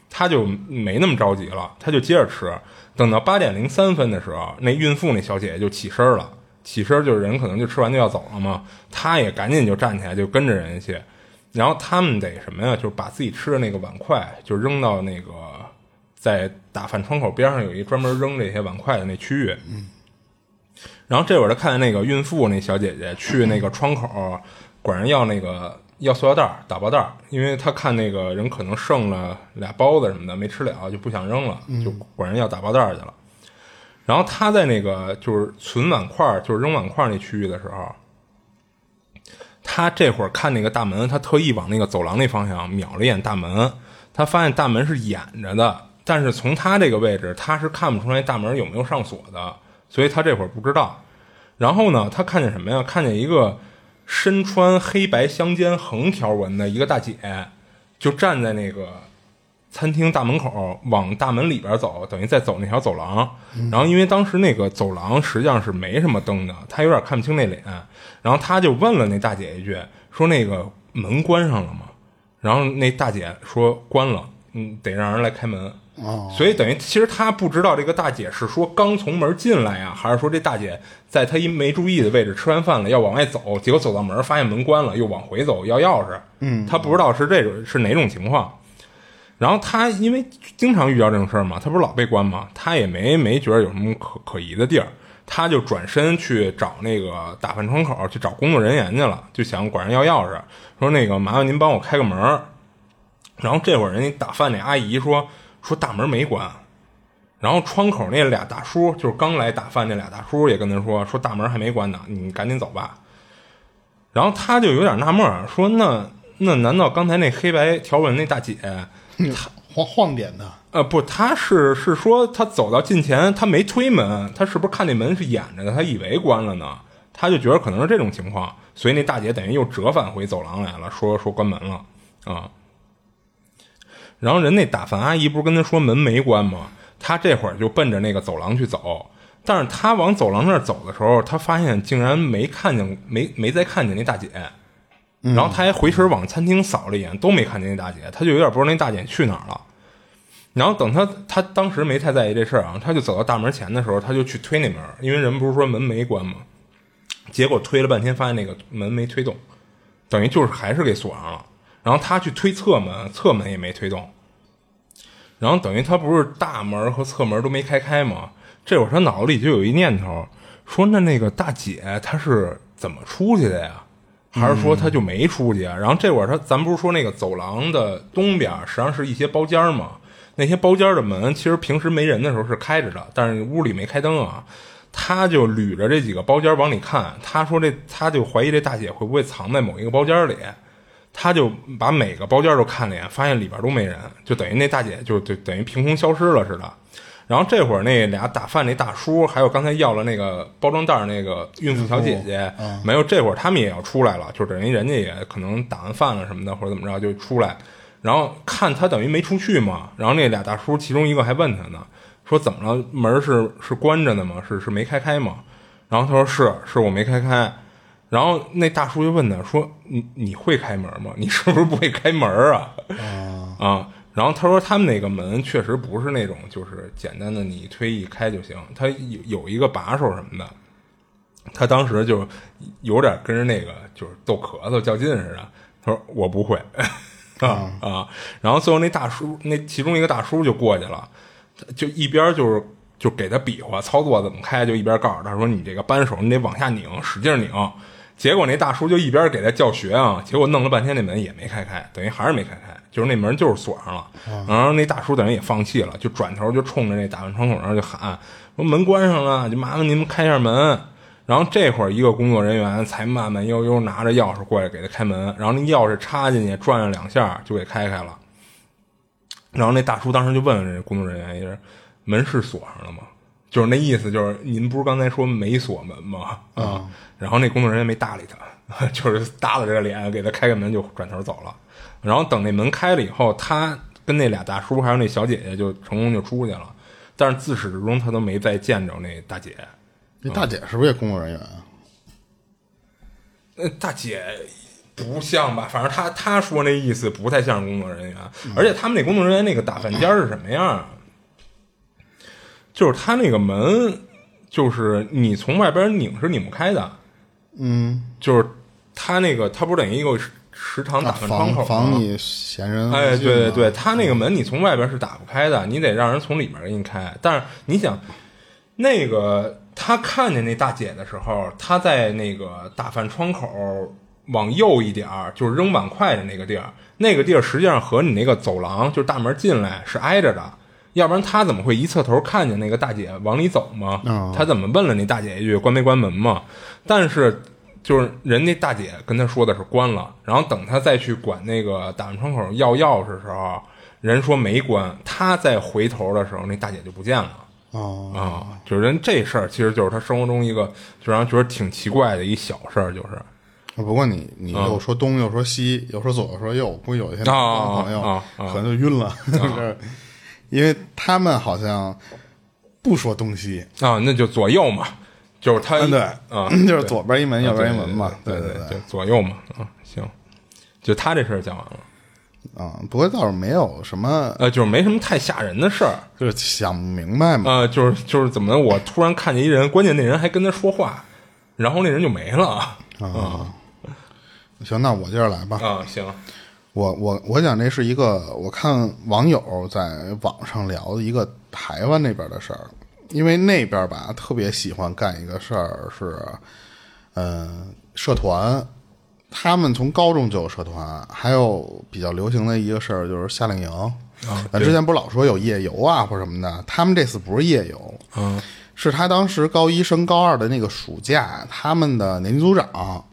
Speaker 3: 他就没那么着急了，他就接着吃。等到八点零三分的时候，那孕妇那小姐姐就起身了，起身就是人可能就吃完就要走了嘛，他也赶紧就站起来就跟着人家去，然后他们得什么呀？就是把自己吃的那个碗筷就扔到那个在打饭窗口边上有一专门扔这些碗筷的那区域，然后这会儿他看见那个孕妇那小姐姐去那个窗口管人要那个要塑料袋儿、打包袋儿，因为他看那个人可能剩了俩包子什么的没吃了，就不想扔了，就管人要打包袋儿去了。然后他在那个就是存碗筷儿，就是扔碗筷儿那区域的时候，他这会儿看那个大门，他特意往那个走廊那方向瞄了一眼大门，他发现大门是掩着的，但是从他这个位置，他是看不出来大门有没有上锁的，所以他这会儿不知道。然后呢，他看见什么呀？看见一个身穿黑白相间横条纹的一个大姐，就站在那个餐厅大门口往大门里边走，等于在走那条走廊。然后因为当时那个走廊实际上是没什么灯的，他有点看不清那脸。然后他就问了那大姐一句，说那个门关上了吗？然后那大姐说关了，嗯，得让人来开门。所以等于其实他不知道这个大姐是说刚从门进来呀，还是说这大姐在他一没注意的位置吃完饭了要往外走，结果走到门发现门关了，又往回走要钥匙。嗯，他不知道是这种是哪种情况。然后他因为经常遇到这种事儿嘛，他不是老被关嘛，他也没没觉得有什么可可疑的地儿，他就转身去找那个打饭窗口去找工作人员去了，就想管人要钥匙，说那个麻烦您帮我开个门儿。然后这会儿人家打饭那阿姨说说大门没关，然后窗口那俩大叔就是刚来打饭那俩大叔也跟他说说大门还没关呢，你赶紧走吧。然后他就有点纳闷儿，说那那难道刚才那黑白条纹那大姐，
Speaker 2: 嗯晃晃点的，
Speaker 3: 呃，不，他是是说他走到近前，他没推门，他是不是看那门是掩着的，他以为关了呢？他就觉得可能是这种情况，所以那大姐等于又折返回走廊来了，说说关门了啊。然后人那打饭阿姨不是跟他说门没关吗？他这会儿就奔着那个走廊去走，但是他往走廊那儿走的时候，他发现竟然没看见，没没再看见那大姐。然后他还回身往餐厅扫了一眼，都没看见那大姐，他就有点不知道那大姐去哪儿了。然后等他，他当时没太在意这事儿啊，他就走到大门前的时候，他就去推那门，因为人不是说门没关吗？结果推了半天，发现那个门没推动，等于就是还是给锁上了。然后他去推侧门，侧门也没推动。然后等于他不是大门和侧门都没开开吗？这会儿他脑子里就有一念头，说那那个大姐她是怎么出去的呀？还是说她就没出去啊？然后这会儿他，咱不是说那个走廊的东边实际上是一些包间儿吗？那些包间儿的门其实平时没人的时候是开着的，但是屋里没开灯啊。他就捋着这几个包间儿往里看，他说这他就怀疑这大姐会不会藏在某一个包间儿里。他就把每个包间都看了一眼，发现里边都没人，就等于那大姐就就等于凭空消失了似的。然后这会儿那俩打饭那大叔，还有刚才要了那个包装袋儿那个孕妇小姐姐，没有这会儿他们也要出来了，就等于人家也可能打完饭了什么的或者怎么着就出来，然后看他等于没出去嘛。然后那俩大叔其中一个还问他呢，说怎么了？门是是关着的吗？是是没开开吗？然后他说是是我没开开。然后那大叔就问他说：“你你会开门吗？你是不是不会开门啊？”啊，然后他说他们那个门确实不是那种就是简单的你一推一开就行，它有有一个把手什么的。他当时就有点跟着那个就是逗咳嗽较劲似的，他说我不会 啊啊，然后最后那大叔那其中一个大叔就过去了，他就一边就是就给他比划操作怎么开，就一边告诉他说你这个扳手你得往下拧，使劲拧。结果那大叔就一边给他教学啊，结果弄了半天那门也没开开，等于还是没开开，就是那门就是锁上了。然后那大叔等于也放弃了，就转头就冲着那打饭窗口那儿就喊说门关上了，就麻烦您们开一下门。然后这会儿一个工作人员才慢慢悠悠拿着钥匙过来给他开门，然后那钥匙插进去转了两下就给开开了。然后那大叔当时就问这工作人员一声：“门是锁上了吗？”就是那意思，就是您不是刚才说没锁门吗？啊、然后那工作人员没搭理他， 就是耷拉着个脸给他开个门就转头走了。然后等那门开了以后，他跟那俩大叔还有那小姐姐就成功就出去了，但是自始至终他都没再见着那大姐。
Speaker 2: 那大姐是不是也工作人员啊？
Speaker 3: 呃，大姐不像吧？反正她她说那意思不太像是工作人员，而且他们那工作人员那个打饭间儿是什么样啊？就是他那个门，就是你从外边拧是拧不开的，嗯，就是他那个他不是等于一个食食堂打饭窗
Speaker 2: 啊防
Speaker 3: 口吗
Speaker 2: 防？你闲人。啊
Speaker 3: 哎，对对对，，他那个门你从外边是打不开的，你得让人从里面给你开。但是你想，那个他看见那大姐的时候，他在那个打饭窗口往右一点儿，就是扔碗筷的那个地儿，那个地儿实际上和你那个走廊就是大门进来是挨着的，要不然他怎么会一侧头看见那个大姐往里走嘛？他怎么问了那大姐一句关没关门嘛？但是就是人家大姐跟他说的是关了，然后等他再去管那个打门窗口要钥匙的时候，人说没关，他再回头的时候，那大姐就不见了。
Speaker 2: 哦，
Speaker 3: 啊、就是人这事儿，其实就是他生活中一个，就让人觉得挺奇怪的一小事儿，就是
Speaker 2: 不过你你又说东又说西，又说左又说右，估计有一些南方朋友
Speaker 3: 嗯啊啊啊
Speaker 2: 可能就晕了， 就是因为他们好像不说东西，
Speaker 3: 啊，那就左右嘛，就是他
Speaker 2: 嗯，对，
Speaker 3: 啊，
Speaker 2: 就是左边一门，右边一门嘛，
Speaker 3: 对
Speaker 2: 对
Speaker 3: 对，左右嘛，啊，行，就他这事儿讲完了，
Speaker 2: 啊，不过倒是没有什么，
Speaker 3: 呃，就是没什么太吓人的事儿，
Speaker 2: 就是想不明白嘛，
Speaker 3: 呃，就是就是怎么我突然看见一人，关键那人还跟他说话，然后那人就没了，啊、
Speaker 2: 行，那我接着来吧，
Speaker 3: 啊，行，
Speaker 2: 我我我想这是一个我看网友在网上聊的一个台湾那边的事儿，因为那边吧特别喜欢干一个事儿是，呃，社团，他们从高中就有社团，还有比较流行的一个事儿就是夏令营。咱之前不是老说有夜游啊或者什么的，他们这次不是夜游，
Speaker 3: 嗯
Speaker 2: 是他当时高一升高二的那个暑假，他们的年级组长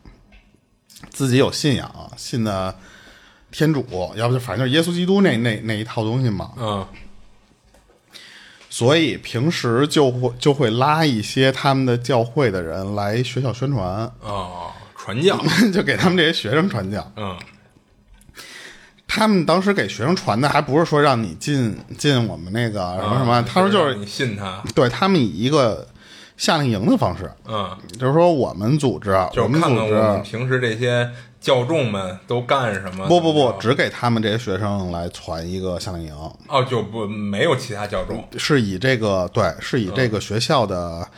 Speaker 2: 自己有信仰，信的天主，要不就反正就是耶稣基督那那那一套东西嘛，
Speaker 3: 嗯
Speaker 2: 所以平时就会就会拉一些他们的教会的人来学校宣传，
Speaker 3: 哦，传教，
Speaker 2: 就给他们这些学生传教。
Speaker 3: 嗯
Speaker 2: 他们当时给学生传的还不是说让你进进我们那
Speaker 3: 啊
Speaker 2: 个什么什么，他说就是
Speaker 3: 你信他，
Speaker 2: 对他们以一个夏令营的方式，
Speaker 3: 嗯。
Speaker 2: 就是说我们组织，
Speaker 3: 就
Speaker 2: 们
Speaker 3: 是看
Speaker 2: 组
Speaker 3: 看
Speaker 2: 织
Speaker 3: 我们平时这些教众们都干什么。
Speaker 2: 不不不
Speaker 3: 怎，么着
Speaker 2: 只给他们这些学生来传一个夏令营，
Speaker 3: 哦，就不没有其他教众
Speaker 2: 是以这个对，是以这个学校的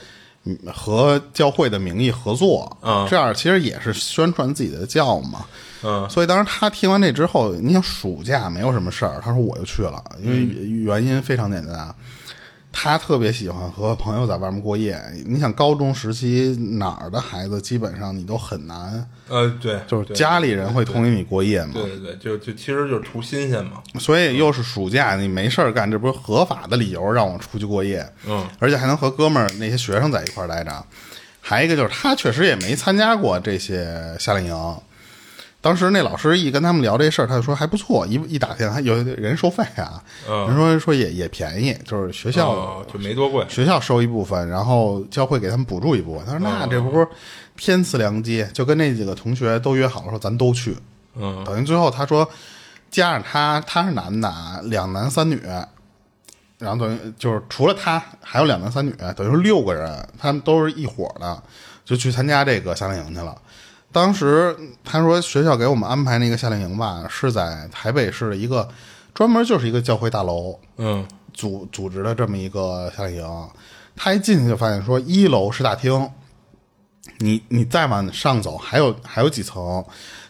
Speaker 2: 嗯和教会的名义合作，
Speaker 3: 嗯
Speaker 2: 这样其实也是宣传自己的教嘛。
Speaker 3: 嗯，
Speaker 2: 所以当时他听完这之后，你想暑假没有什么事儿，他说我就去了，因为
Speaker 3: 嗯
Speaker 2: 原因非常简单。啊他特别喜欢和朋友在外面过夜。你想，高中时期哪儿的孩子，基本上你都很难，
Speaker 3: 呃，对，
Speaker 2: 就是
Speaker 3: 对
Speaker 2: 家里人会同意你过夜嘛。
Speaker 3: 对对对，就就其实就是图新鲜嘛，
Speaker 2: 所以又是暑假，你没事儿干，这不是合法的理由让我出去过夜，
Speaker 3: 嗯，
Speaker 2: 而且还能和哥们儿那些学生在一块儿待着。还有一个就是他确实也没参加过这些夏令营，当时那老师一跟他们聊这事儿，他就说还不错，一一打听还有人收费啊，人说说也也便宜，就是学校、
Speaker 3: 哦，就没多贵，
Speaker 2: 学校收一部分，然后教会给他们补助一部分。他说那这不是天赐良机，就跟那几个同学都约好了说咱都去，
Speaker 3: 嗯
Speaker 2: 等于最后他说，加上他他是男的，啊，两男三女，然后等于就是除了他还有两男三女，等于说六个人，他们都是一伙的，就去参加这个夏令营去了。当时他说学校给我们安排那个夏令营吧，是在台北市的一个专门就是一个教会大楼
Speaker 3: 嗯
Speaker 2: 组组织的这么一个夏令营。他一进去就发现说一楼是大厅，你你再往上走还有还有几层，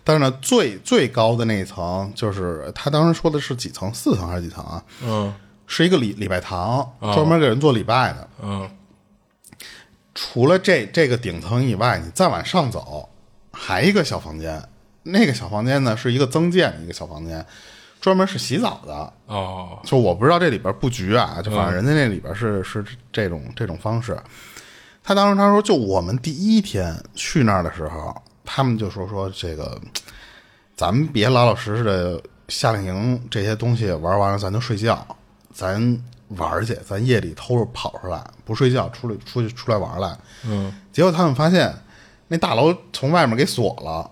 Speaker 2: 但是呢最最高的那一层就是他当时说的是几层，四层还是几层啊？
Speaker 3: 嗯
Speaker 2: 是一个礼礼拜堂，专门给人做礼拜的。
Speaker 3: 嗯，
Speaker 2: 除了这这个顶层以外，你再往上走，还一个小房间。那个小房间呢，是一个增建的一个小房间，专门是洗澡的。
Speaker 3: 哦，
Speaker 2: 就我不知道这里边布局啊，就反正人家那里边是、是这种这种方式。他当时他说，就我们第一天去那儿的时候，他们就说说这个，咱们别老老实实的夏令营这些东西玩完了，咱就睡觉，咱玩儿去，咱夜里偷着跑出来，不睡觉出来出去出来玩儿来。嗯，结果他们发现那大楼从外面给锁了。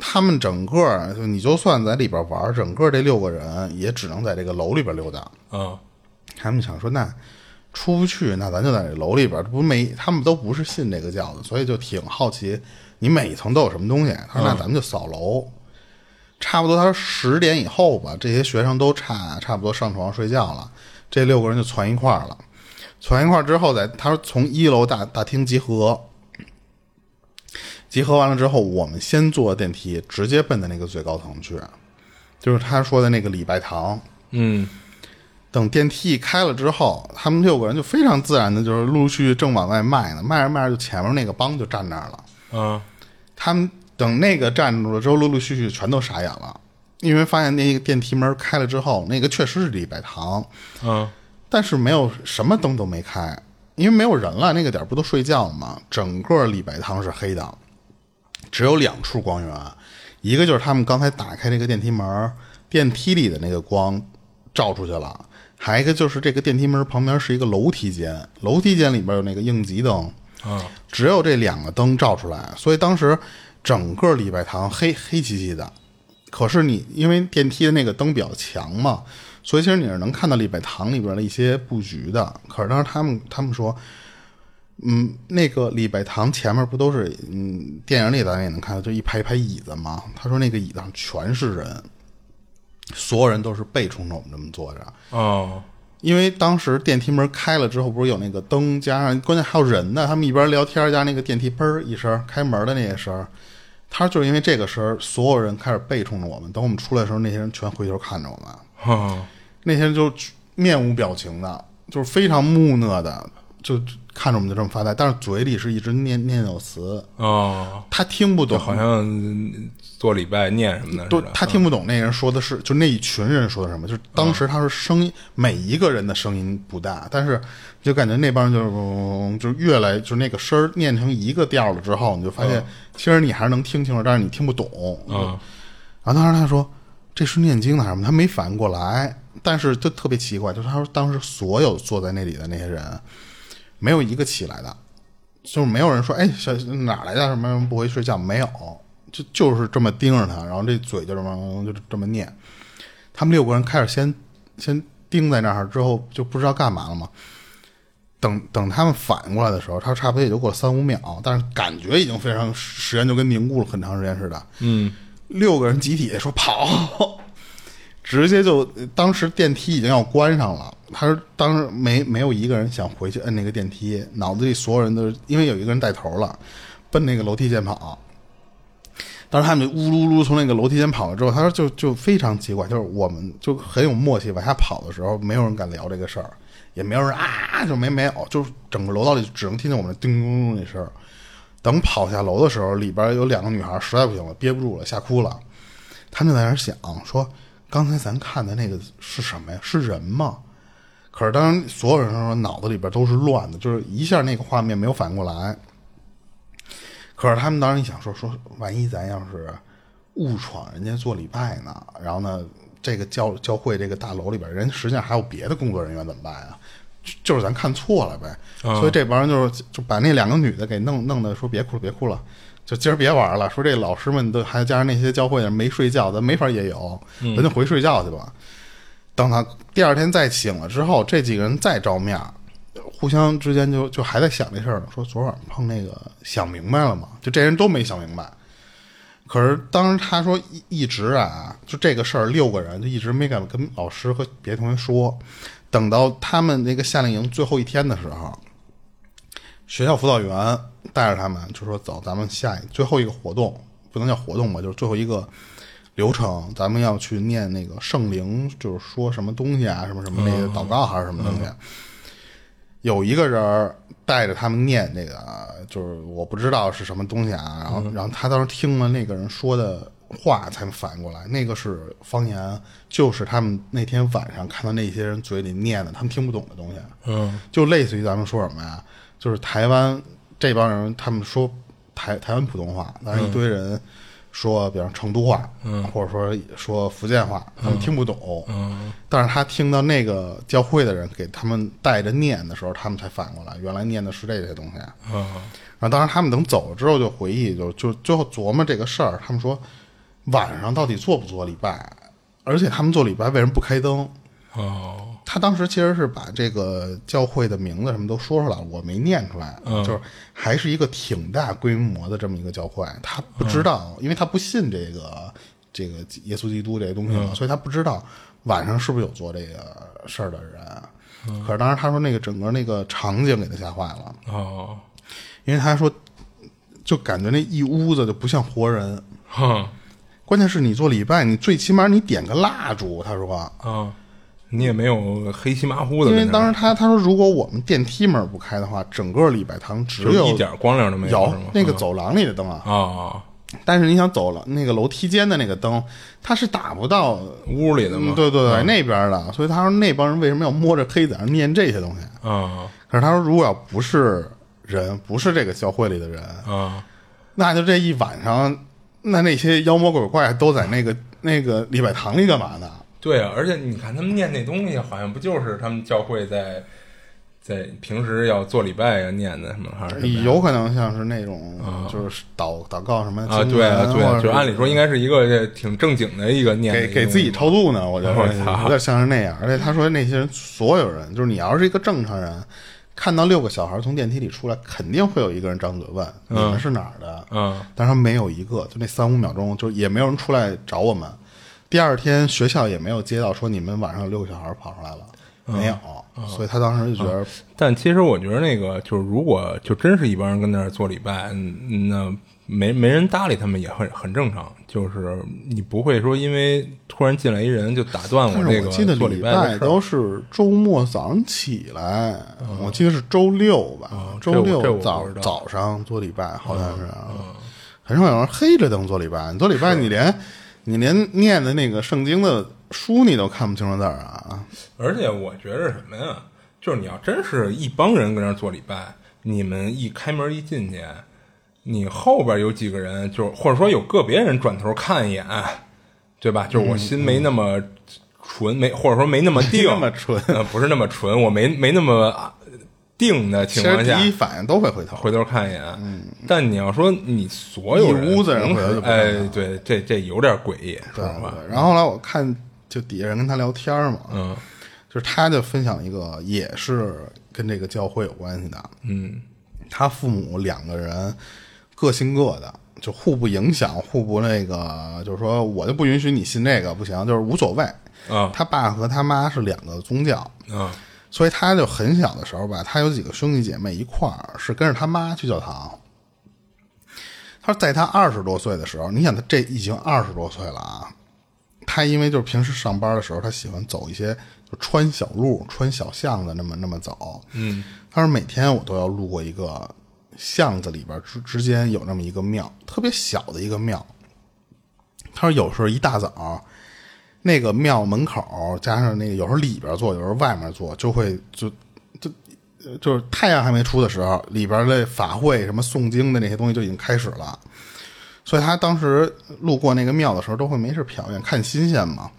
Speaker 2: 他们整个儿就你就算在里边玩儿，整个这六个人也只能在这个楼里边溜达。
Speaker 3: 嗯
Speaker 2: 他们想说，那出不去，那咱就在这楼里边儿，这不没他们都不是信这个教的，所以就挺好奇，你每一层都有什么东西？啊他说，那咱们就扫楼。差不多，他说十点以后吧，这些学生都差差不多上床睡觉了，这六个人就攒一块儿了。攒一块儿之后在，他说从一楼大大厅集合，集合完了之后，我们先坐电梯，直接奔的那个最高层去，就是他说的那个礼拜堂。
Speaker 3: 嗯
Speaker 2: 等电梯一开了之后，他们六个人就非常自然的，就是陆陆续续正往外迈呢，迈着迈着就前面那个帮就站那儿了。
Speaker 3: 嗯
Speaker 2: 他们等那个站住了之后，陆陆续续全都傻眼了，因为发现那个电梯门开了之后，那个确实是礼拜堂，
Speaker 3: 嗯，
Speaker 2: 但是没有什么灯都没开，因为没有人了，那个点儿不都睡觉吗？整个礼拜堂是黑的，只有两处光源，一个就是他们刚才打开那个电梯门，电梯里的那个光照出去了，还有一个就是这个电梯门旁边是一个楼梯间，楼梯间里边有那个应急灯，
Speaker 3: 啊，
Speaker 2: 只有这两个灯照出来，所以当时整个礼拜堂黑黑漆漆的。可是你因为电梯的那个灯比较强嘛，所以其实你是能看到礼拜堂里边的一些布局的。可是当时他们他们说，嗯，那个礼拜堂前面不都是嗯电影里咱也能看到，就一排一排椅子嘛。他说那个椅子上全是人，所有人都是背冲着我们这么坐着。
Speaker 3: 哦，
Speaker 2: 因为当时电梯门开了之后，不是有那个灯，加上关键还有人呢。他们一边聊天，加上那个电梯砰儿一声开门的那个声儿，他就是因为这个声儿，所有人开始背冲着我们。等我们出来的时候，那些人全回头看着我们，
Speaker 3: 哦，
Speaker 2: 那些人就面无表情的，就是非常木讷的，就看着我们就这么发呆，但是嘴里是一直念念有词，
Speaker 3: 哦，
Speaker 2: 他听不懂，
Speaker 3: 好像嗯做礼拜念什么的
Speaker 2: 都
Speaker 3: 似的，
Speaker 2: 他听不懂那人说的是，就那一群人说的什么，就是当时他是声音，每一个人的声音不大，但是就感觉那帮人就是嗡就是越来就是那个声儿念成一个调了之后，你就发现其实你还是能听清楚，但是你听不懂。
Speaker 3: 嗯，
Speaker 2: 然后当时他说这是念经的还是什么，他没反应过来，但是就特别奇怪，就是他说当时所有坐在那里的那些人，没有一个起来的，就是没有人说哎小哪来的什么不回去睡觉，没有，就就是这么盯着他，然后这嘴就这么就这么念。他们六个人开始先先盯在那儿，之后就不知道干嘛了嘛。等等，他们反应过来的时候，他差不多也就过了三五秒，但是感觉已经非常时间就跟凝固了很长时间似的。嗯，六个人集体说跑，直接就当时电梯已经要关上了，他说当时没没有一个人想回去摁那个电梯，脑子里所有人都是因为有一个人带头了，奔那个楼梯间跑。当时他们就呜噜噜从那个楼梯间跑了之后，他说就就非常奇怪，就是我们就很有默契，往下跑的时候，没有人敢聊这个事儿，也没有人啊就没没有，就是整个楼道里只能听见我们叮咚咚那声儿。等跑下楼的时候，里边有两个女孩实在不行了，憋不住了，吓哭了。他们就在那儿想说，刚才咱看的那个是什么呀？是人吗？可是当时所有人说脑子里边都是乱的，就是一下那个画面没有反应过来。可是他们当时一想说说，万一咱要是误闯人家做礼拜呢？然后呢，这个教教会这个大楼里边人实际上还有别的工作人员，怎么办啊？就就是咱看错了呗。所以这帮人就是就把那两个女的给弄弄的，说别哭了，别哭了。就今儿别玩了，说这老师们都还加上那些教会的人没睡觉，咱没法也有，咱就回睡觉去吧。等他第二天再醒了之后，这几个人再照面儿，互相之间就就还在想这事儿呢，说昨晚碰那个想明白了吗？就这人都没想明白。可是当时他说一一直啊，就这个事儿，六个人就一直没敢跟老师和别的同学说。等到他们那个夏令营最后一天的时候，学校辅导员带着他们就说：“走，咱们下一最后一个活动，不能叫活动吧，就是最后一个流程，咱们要去念那个圣灵，就是说什么东西啊，什么什么那个祷告还是什么东西。有一个人儿带着他们念那个，就是我不知道是什么东西啊，然后、然后他当时听了那个人说的话，才反应过来，那个是方言，就是他们那天晚上看到那些人嘴里念的，他们听不懂的东西，
Speaker 3: 嗯，
Speaker 2: 就类似于咱们说什么呀，就是台湾这帮人他们说台台湾普通话，但是一堆人说，比方成都话，或者说说福建话，他们听不懂，但是他听到那个教会的人给他们带着念的时候，他们才反过来，原来念的是这些东西。
Speaker 3: 啊，
Speaker 2: 然后当时他们等走了之后就回忆，就就最后琢磨这个事儿，他们说晚上到底做不做礼拜，啊而且他们做礼拜为什么不开灯？
Speaker 3: 哦，
Speaker 2: 他当时其实是把这个教会的名字什么都说出来了，我没念出来，就是还是一个挺大规模的这么一个教会，他不知道，因为他不信这个这个耶稣基督这些东西嘛，所以他不知道晚上是不是有做这个事儿的人。可是当时他说那个整个那个场景给他吓坏了，
Speaker 3: 哦，
Speaker 2: 因为他说就感觉那一屋子就不像活人，
Speaker 3: 哼，
Speaker 2: 关键是你做礼拜，你最起码你点个蜡烛，他说。
Speaker 3: 啊，你也没有黑漆麻糊的
Speaker 2: 因
Speaker 3: 跟
Speaker 2: 为
Speaker 3: 那儿，
Speaker 2: 当时他他说，如果我们电梯门不开的话，整个礼拜堂只
Speaker 3: 就
Speaker 2: 有
Speaker 3: 一点光亮都没
Speaker 2: 有
Speaker 3: 是吗嗯
Speaker 2: 那个走廊里的灯啊，
Speaker 3: 啊，
Speaker 2: 但是你想走了那个楼梯间的那个灯，它是打不到
Speaker 3: 屋里的
Speaker 2: 嗯
Speaker 3: 嘛，
Speaker 2: 对对对，那边的。所以他说那帮人为什么要摸着黑在那儿念这些东西？
Speaker 3: 啊
Speaker 2: 可是他说如果要不是人，不是这个教会里的人，
Speaker 3: 啊，
Speaker 2: 那就这一晚上，那那些妖魔鬼怪都在那个那个礼拜堂里干嘛呢？
Speaker 3: 对啊，而且你看他们念那东西，好像不就是他们教会在在平时要做礼拜呀念的什么，还是什么呀嗯
Speaker 2: 有可能像是那种就是祷祷告什么
Speaker 3: 啊，
Speaker 2: 经
Speaker 3: 对啊
Speaker 2: 文
Speaker 3: 对
Speaker 2: 哎或
Speaker 3: 啊，
Speaker 2: 者
Speaker 3: 就按理说应该是一个这挺正经的一个念的
Speaker 2: 给
Speaker 3: 一个
Speaker 2: 给自己超度呢，我觉得
Speaker 3: 我操
Speaker 2: 有点像是那样。而且他说那些人，所有人，就是你要是一个正常人，看到六个小孩从电梯里出来，肯定会有一个人张嘴问你们是哪儿的，
Speaker 3: 嗯，
Speaker 2: 但是他没有一个，就那三五秒钟，就是也没有人出来找我们。第二天学校也没有接到说你们晚上有六个小孩跑出来了，
Speaker 3: 嗯
Speaker 2: 没有，所以他当时就觉得
Speaker 3: 但其实我觉得那个就是，如果就真是一帮人跟那儿做礼拜，嗯那没没人搭理他们也很很正常。就是你不会说因为突然进来一人就打断
Speaker 2: 但
Speaker 3: 这
Speaker 2: 是
Speaker 3: 个
Speaker 2: 我记得
Speaker 3: 做
Speaker 2: 礼
Speaker 3: 拜的事儿。啊
Speaker 2: 都是周末早上起来，我记得是周六吧，
Speaker 3: 这我
Speaker 2: 周
Speaker 3: 这我
Speaker 2: 六
Speaker 3: 不
Speaker 2: 早
Speaker 3: 知道
Speaker 2: 早上做礼拜好像是啊，很少有人黑着灯做礼拜。你做礼拜，你连你连念的那个圣经的书你都看不清楚字儿啊，
Speaker 3: 而且我觉着什么呀，就是你要真是一帮人跟那儿做礼拜，你们一开门一进去，你后边有几个人，就是或者说有个别人转头看一眼，对吧？就是我心没那么纯，没或者说没那么定，
Speaker 2: 没那么纯
Speaker 3: 呃，不是那么纯，我没没那么啊定的
Speaker 2: 其
Speaker 3: 情
Speaker 2: 实
Speaker 3: 况下，
Speaker 2: 第一反应都会回头。
Speaker 3: 回头看一眼。但你要说你所有人
Speaker 2: 嗯一屋子人
Speaker 3: 同时
Speaker 2: 回头就不看
Speaker 3: 哎
Speaker 2: 了，
Speaker 3: 对，这这有点诡异，说
Speaker 2: 对
Speaker 3: 实话，，
Speaker 2: 然后后来我看就底下人跟他聊天嘛，
Speaker 3: 嗯
Speaker 2: 就是他就分享一个也是跟这个教会有关系的，
Speaker 3: 嗯
Speaker 2: 他父母两个人各信各的，就互不影响，互不那个，就是说我就不允许你信这个，不行，就是无所谓。
Speaker 3: 啊
Speaker 2: 他爸和他妈是两个宗教，
Speaker 3: 啊
Speaker 2: 所以他就很小的时候吧，他有几个兄弟姐妹一块儿是跟着他妈去教堂。他说在他二十多岁的时候，你想他这已经二十多岁了啊，他因为就是平时上班的时候，他喜欢走一些就穿小路、穿小巷子那么那么走。嗯，他说每天我都要路过一个巷子里边之之间有那么一个庙，特别小的一个庙。他说有时候一大早，那个庙门口加上那个有时候里边坐，有时候外面坐，就会就就就是太阳还没出的时候，里边的法会什么诵经的那些东西就已经开始了。所以他当时路过那个庙的时候，都会没事瞟一眼看新鲜嘛，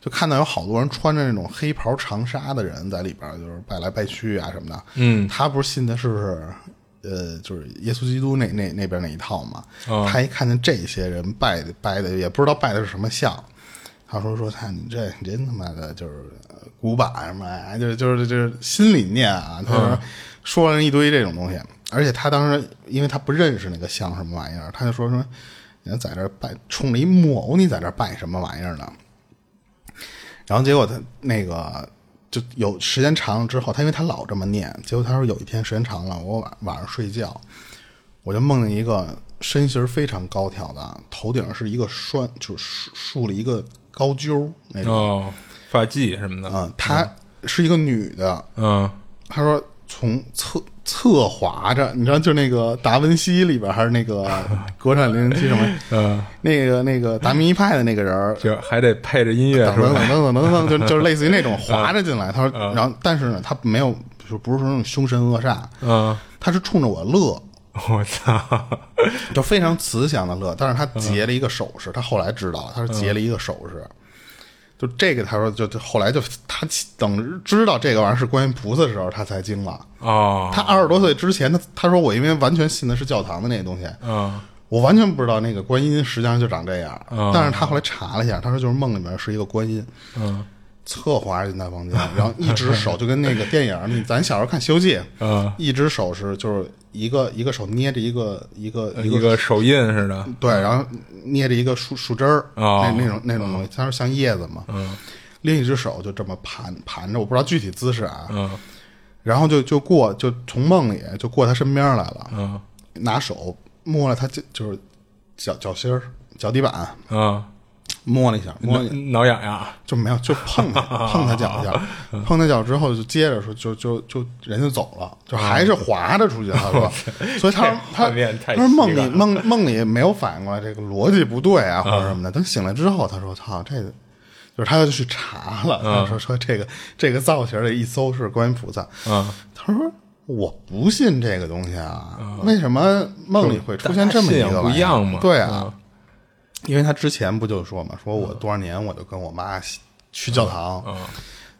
Speaker 2: 就看到有好多人穿着那种黑袍长纱的人在里边，就是拜来拜去啊什么的。
Speaker 3: 嗯，
Speaker 2: 他不是信的是呃，就是耶稣基督那那那边那一套嘛。他一看见这些人拜的拜的，也不知道拜的是什么像。他说说，看你这你真他妈的就是呃古板什么呀，就是就是就是心里念啊，他说说了一堆这种东西，而且他当时因为他不认识那个像什么玩意儿，他就说说，你在这儿拜冲着一木偶，你在这儿拜什么玩意儿呢？然后结果他那个就有时间长了之后，他因为他老这么念，结果他说有一天时间长了，我晚晚上睡觉，我就梦见一个身形非常高挑的，头顶上是一个栓，就是竖竖了一个高揪那种。
Speaker 3: 哦，发髻什么的，
Speaker 2: 嗯，她是一个女的，
Speaker 3: 嗯
Speaker 2: 她说从侧侧滑着，你知道，就那个达文西里边还是那个国产零零七什么，
Speaker 3: 嗯，
Speaker 2: 那个那个达明一派的那个人儿，
Speaker 3: 就还得配着音乐
Speaker 2: 等
Speaker 3: 是
Speaker 2: 等
Speaker 3: 吧？
Speaker 2: 等等等等，就就是类似于那种滑着进
Speaker 3: 嗯
Speaker 2: 来。他说，然后但是呢，他没有，就不是说那种凶神恶煞，
Speaker 3: 嗯，
Speaker 2: 他是冲着我乐，
Speaker 3: 我操，
Speaker 2: 就非常慈祥的乐。但是他结了一个首饰，他后来知道他是结了一个首饰。就这个，他说就就后来就他等知道这个玩意儿是观音菩萨的时候，他才惊了。
Speaker 3: 哦，
Speaker 2: 他二十多岁之前，他他说我因为完全信的是教堂的那些东西，
Speaker 3: 嗯
Speaker 2: 我完全不知道那个观音实际上就长这样。
Speaker 3: 嗯
Speaker 2: 但是他后来查了一下，他说就是梦里面是一个观音，
Speaker 3: 嗯
Speaker 2: 侧滑进他房间，然后一只手就跟那个电影儿，你咱小时候看《西游记》，
Speaker 3: 嗯，
Speaker 2: 一只手是就是一个一个手捏着一个一个
Speaker 3: 一个手印似的，
Speaker 2: 对，然后捏着一个树树枝儿，
Speaker 3: 哦
Speaker 2: 那那种那种东西，它是像叶子嘛，嗯，另一只手就这么盘盘着，我不知道具体姿势啊，
Speaker 3: 嗯
Speaker 2: 然后就就过就从梦里就过他身边来了，
Speaker 3: 嗯
Speaker 2: 拿手摸了他就就是脚脚心儿脚底板，
Speaker 3: 嗯
Speaker 2: 摸了一下，摸了一下
Speaker 3: 挠痒痒，
Speaker 2: 就没有，就碰他碰他脚一 下，碰他脚之后就接着说，就就就人就走了，就还是滑着出去。 他说，所以他说他
Speaker 3: 画面太
Speaker 2: 他说梦
Speaker 3: 奇怪
Speaker 2: 里
Speaker 3: 了
Speaker 2: 梦梦里没有反应过来这个逻辑不对啊或者什么的。等醒来之后，他说操这个。就是他又去查了，
Speaker 3: 啊
Speaker 2: 他说说这个这个造型儿的一搜是观音菩萨，
Speaker 3: 嗯，
Speaker 2: 他说我不信这个东西啊，为什么梦里会出现这么一
Speaker 3: 大
Speaker 2: 个
Speaker 3: 家信仰不
Speaker 2: 玩意儿
Speaker 3: 一样嘛
Speaker 2: 对啊，因为他之前不就说嘛，说我多少年我就跟我妈去教堂，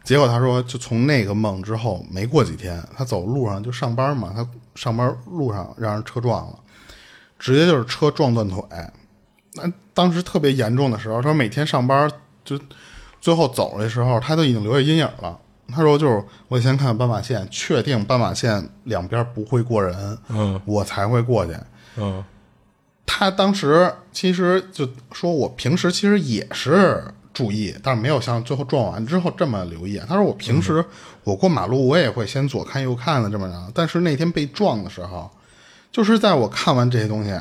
Speaker 2: 结果他说就从那个梦之后没过几天，他走路上就上班嘛，他上班路上让人车撞了，直接就是车撞断腿。那当时特别严重的时候，他说每天上班就最后走的时候，他都已经留下阴影了。他说就是我先看斑马线，确定斑马线两边不会过人，嗯，我才会过去。
Speaker 3: 嗯
Speaker 2: 他当时其实就说我平时其实也是注意，但是没有像最后撞完之后这么留意。他说我平时我过马路我也会先左看右看的这么着，但是那天被撞的时候，就是在我看完这些东西，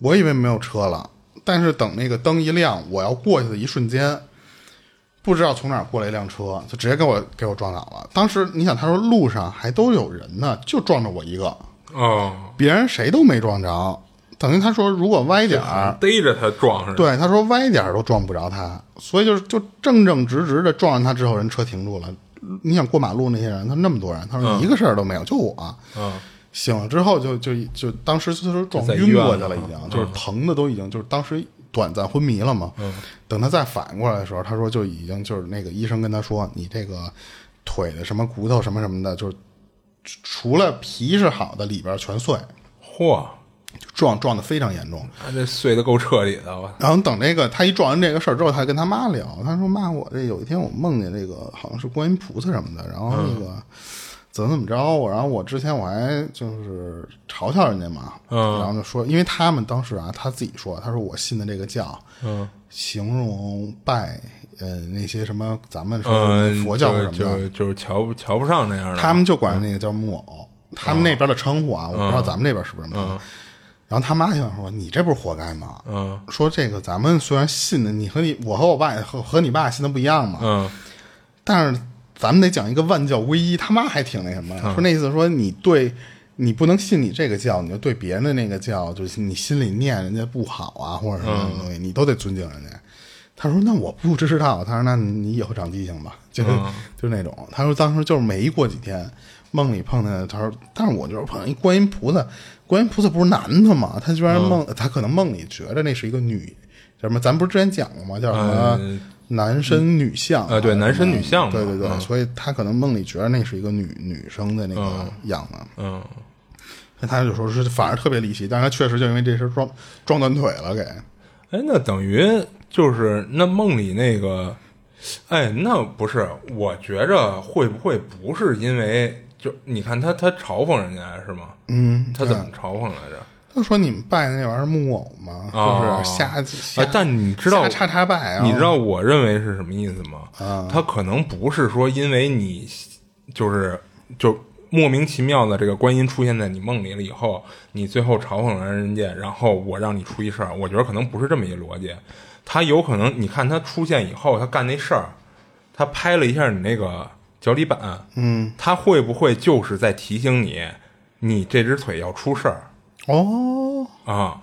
Speaker 2: 我以为没有车了，但是等那个灯一亮，我要过去的一瞬间，不知道从哪儿过来一辆车，就直接给我给我撞倒了。当时你想，他说路上还都有人呢，就撞着我一个，
Speaker 3: 哦，
Speaker 2: 别人谁都没撞着。等于他说，如果歪点儿，
Speaker 3: 逮着他撞是吧？
Speaker 2: 对，他说歪点儿都撞不着他，所以就是就正正直直的撞上他之后，人车停住了。你想过马路那些人，他那么多人，他说一个事儿都没有，就我。
Speaker 3: 嗯
Speaker 2: 醒了之后就就就当时就是撞
Speaker 3: 就在医
Speaker 2: 晕
Speaker 3: 院
Speaker 2: 过去
Speaker 3: 了
Speaker 2: 了，已
Speaker 3: 嘛
Speaker 2: 经就是疼的都已经就是当时短暂昏迷了嘛。
Speaker 3: 嗯
Speaker 2: 等他再反应过来的时候，他说就已经就是那个医生跟他说，你这个腿的什么骨头什么什么的，就是除除了皮是好的，里边儿全碎，
Speaker 3: 嚯，
Speaker 2: 就撞撞的非常严重。
Speaker 3: 他这碎的够彻底的，我
Speaker 2: 然后等这个他一撞完这个事儿之后，他还跟他妈聊，他说：“妈，我这有一天我梦见这个好像是观音菩萨什么的，然后
Speaker 3: 嗯
Speaker 2: 那个、怎么怎么着，我然后我之前我还就是嘲笑人家嘛，
Speaker 3: 嗯
Speaker 2: 然后就说，因为他们当时啊，他自己说，他说我信的这个教，
Speaker 3: 嗯，
Speaker 2: 形容拜呃那些什么咱们说
Speaker 3: 嗯，
Speaker 2: 佛教什
Speaker 3: 就
Speaker 2: 么的，
Speaker 3: 就就是瞧不瞧不上那样的，
Speaker 2: 他们就管那个叫木偶，他
Speaker 3: 嗯
Speaker 2: 们那边的称呼啊，我不知道咱们这边是不是什么。然后他妈就想说：“你这不是活该吗？
Speaker 3: 嗯，
Speaker 2: 说这个咱们虽然信的，你和你我和我爸和和你爸信的不一样嘛，
Speaker 3: 嗯
Speaker 2: 但是咱们得讲一个万教归一。”他妈还挺那什么，说那意思说你对。你不能信你这个教，你就对别人的那个教，就是你心里念人家不好啊，或者什么东西，你都得尊敬人家。他说：“那我不知道。”他说：“那你以后长记性吧。”就是、就是那种。他说当时就是没过几天，梦里碰见他说，但是我就是碰见一观音菩萨，观音菩萨不是男的嘛？他居然梦，他可能梦里觉着那是一个女，什么？咱不是之前讲过吗？叫什么
Speaker 3: 嗯
Speaker 2: 男身女相？
Speaker 3: 呃对
Speaker 2: 还是
Speaker 3: 男身女相嘛
Speaker 2: 嗯
Speaker 3: 嗯
Speaker 2: 对对对，所以他可能梦里觉着那是一个女女生的那
Speaker 3: 哦
Speaker 2: 个样子。
Speaker 3: 嗯，
Speaker 2: 那他就说是反而特别离奇，但是他确实就因为这事儿撞撞断腿了，给。
Speaker 3: 哎，那等于就是那梦里那个，哎，那不是，我觉着会不会不是因为就你看他他嘲讽人家是吗？
Speaker 2: 嗯，
Speaker 3: 他怎么嘲讽来着？
Speaker 2: 他说你们拜的那玩意儿木偶吗？
Speaker 3: 哦
Speaker 2: 就是瞎瞎
Speaker 3: 哎，但你知道
Speaker 2: 瞎叉叉拜啊？
Speaker 3: 你知道我认为是什么意思吗？他可能不是说因为你就是就莫名其妙的这个观音出现在你梦里了以后，你最后嘲讽完人家，然后我让你出一事儿，我觉得可能不是这么一逻辑。他有可能，你看他出现以后，他干那事儿，他拍了一下你那个脚底板，嗯，他会不会就是在提醒你，你这只腿要出事儿？
Speaker 2: 哦，
Speaker 3: 啊，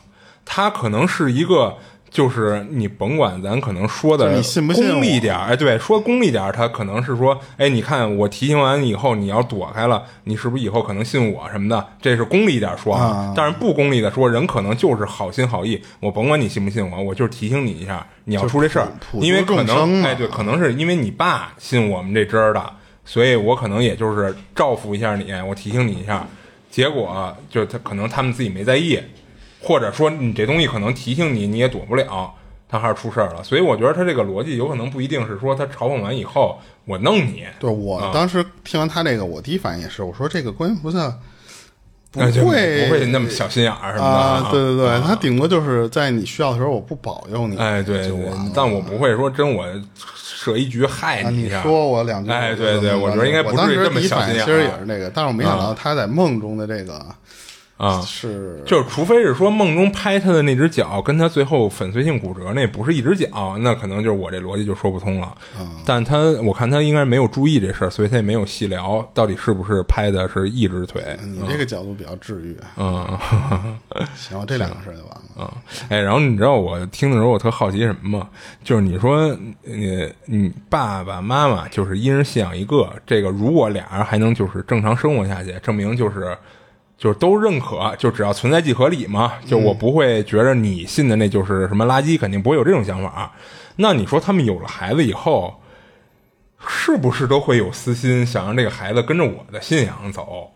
Speaker 3: 它可能是一个，就是你甭管咱可能说的
Speaker 2: 就你信不信我
Speaker 3: 功利点儿，哎，对，说功利点儿，它可能是说，哎，你看我提醒完以后，你要躲开了，你是不是以后可能信我什么的？这是功利点儿说
Speaker 2: 啊
Speaker 3: 但是不功利的说，人可能就是好心好意，我甭管你信不信我，我就是提醒你一下，你要出这事儿
Speaker 2: 普，普
Speaker 3: 因为
Speaker 2: 度
Speaker 3: 可
Speaker 2: 众生
Speaker 3: 能，
Speaker 2: 嘛
Speaker 3: 哎，对，可能是因为你爸信我们这支儿的，所以我可能也就是照拂一下你，我提醒你一下。结果就他可能他们自己没在意，或者说你这东西可能提醒你，你也躲不了，他还是出事儿了。所以我觉得他这个逻辑有可能不一定是说他嘲讽完以后我弄你，
Speaker 2: 对我当时听完他这个，我第一反应也是，我说这个观音菩萨不
Speaker 3: 那哎就不
Speaker 2: 会
Speaker 3: 会那么小心眼儿什么的
Speaker 2: 啊，对对对，他顶多就是在你需要的时候我不保佑你，
Speaker 3: 哎，对
Speaker 2: 就
Speaker 3: 对
Speaker 2: 完了，
Speaker 3: 但我不会说真我设一局害
Speaker 2: 啊，
Speaker 3: 你
Speaker 2: 你
Speaker 3: 一下。
Speaker 2: 说我两句，
Speaker 3: 哎，对对，
Speaker 2: 我
Speaker 3: 我
Speaker 2: 就
Speaker 3: 觉得应该
Speaker 2: 我
Speaker 3: 不
Speaker 2: 当
Speaker 3: 至于
Speaker 2: 时
Speaker 3: 这么
Speaker 2: 第一
Speaker 3: 小
Speaker 2: 反应
Speaker 3: 心眼啊
Speaker 2: 其实
Speaker 3: 儿
Speaker 2: 也是那个，但是我没想到他在梦中的这个
Speaker 3: 啊，
Speaker 2: 是
Speaker 3: 就是除非是说梦中拍他的那只脚跟他最后粉碎性骨折那不是一只脚，那可能就是我这逻辑就说不通了。但他我看他应该没有注意这事儿，所以他也没有细聊到底是不是拍的是一只腿。
Speaker 2: 嗯你这个角度比较治愈。啊
Speaker 3: 嗯，
Speaker 2: 行，我这两个事儿就完了。
Speaker 3: 啊，哎，然后你知道我听的时候我特好奇什么吗？就是你说你你爸爸妈妈就是一人信仰一个，这个如果俩人还能就是正常生活下去，证明就是就是都认可，就只要存在即合理嘛，就我不会觉着你信的那就是什么垃圾，肯定不会有这种想法。那你说他们有了孩子以后，是不是都会有私心，想让这个孩子跟着我的信仰走？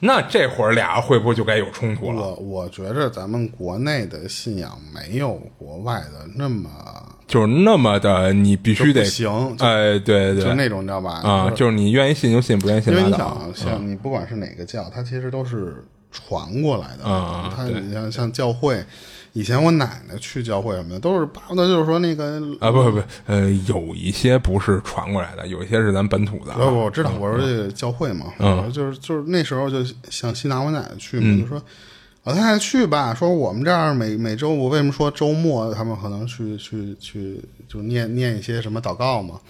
Speaker 3: 那这会儿俩会不会就该有冲突了？
Speaker 2: 我我觉着咱们国内的信仰没有国外的那么
Speaker 3: 就是那么的，你必须
Speaker 2: 就
Speaker 3: 得
Speaker 2: 不行就
Speaker 3: 哎，对
Speaker 2: 就
Speaker 3: 对，
Speaker 2: 那种，你知道吧？就
Speaker 3: 啊，
Speaker 2: 是
Speaker 3: 就是你愿意信就信，不愿意信啊
Speaker 2: 因为
Speaker 3: 拉
Speaker 2: 你
Speaker 3: 倒。
Speaker 2: 想，像你不管是哪个教，它其实都是传过来的。
Speaker 3: 啊
Speaker 2: 它
Speaker 3: 对
Speaker 2: 你像像教会，以前我奶奶去教会什么的，都是巴不得就是说那个
Speaker 3: 啊，不不，呃，有一些不是传过来的，有一些是咱本土的。
Speaker 2: 我呃我知道，我说这个教会嘛，我说就是就是那时候就想吸纳我奶奶去嘛，就说老太太去吧，说我们这儿每每周五为什么说周末他们可能去去去就念念一些什么祷告嘛？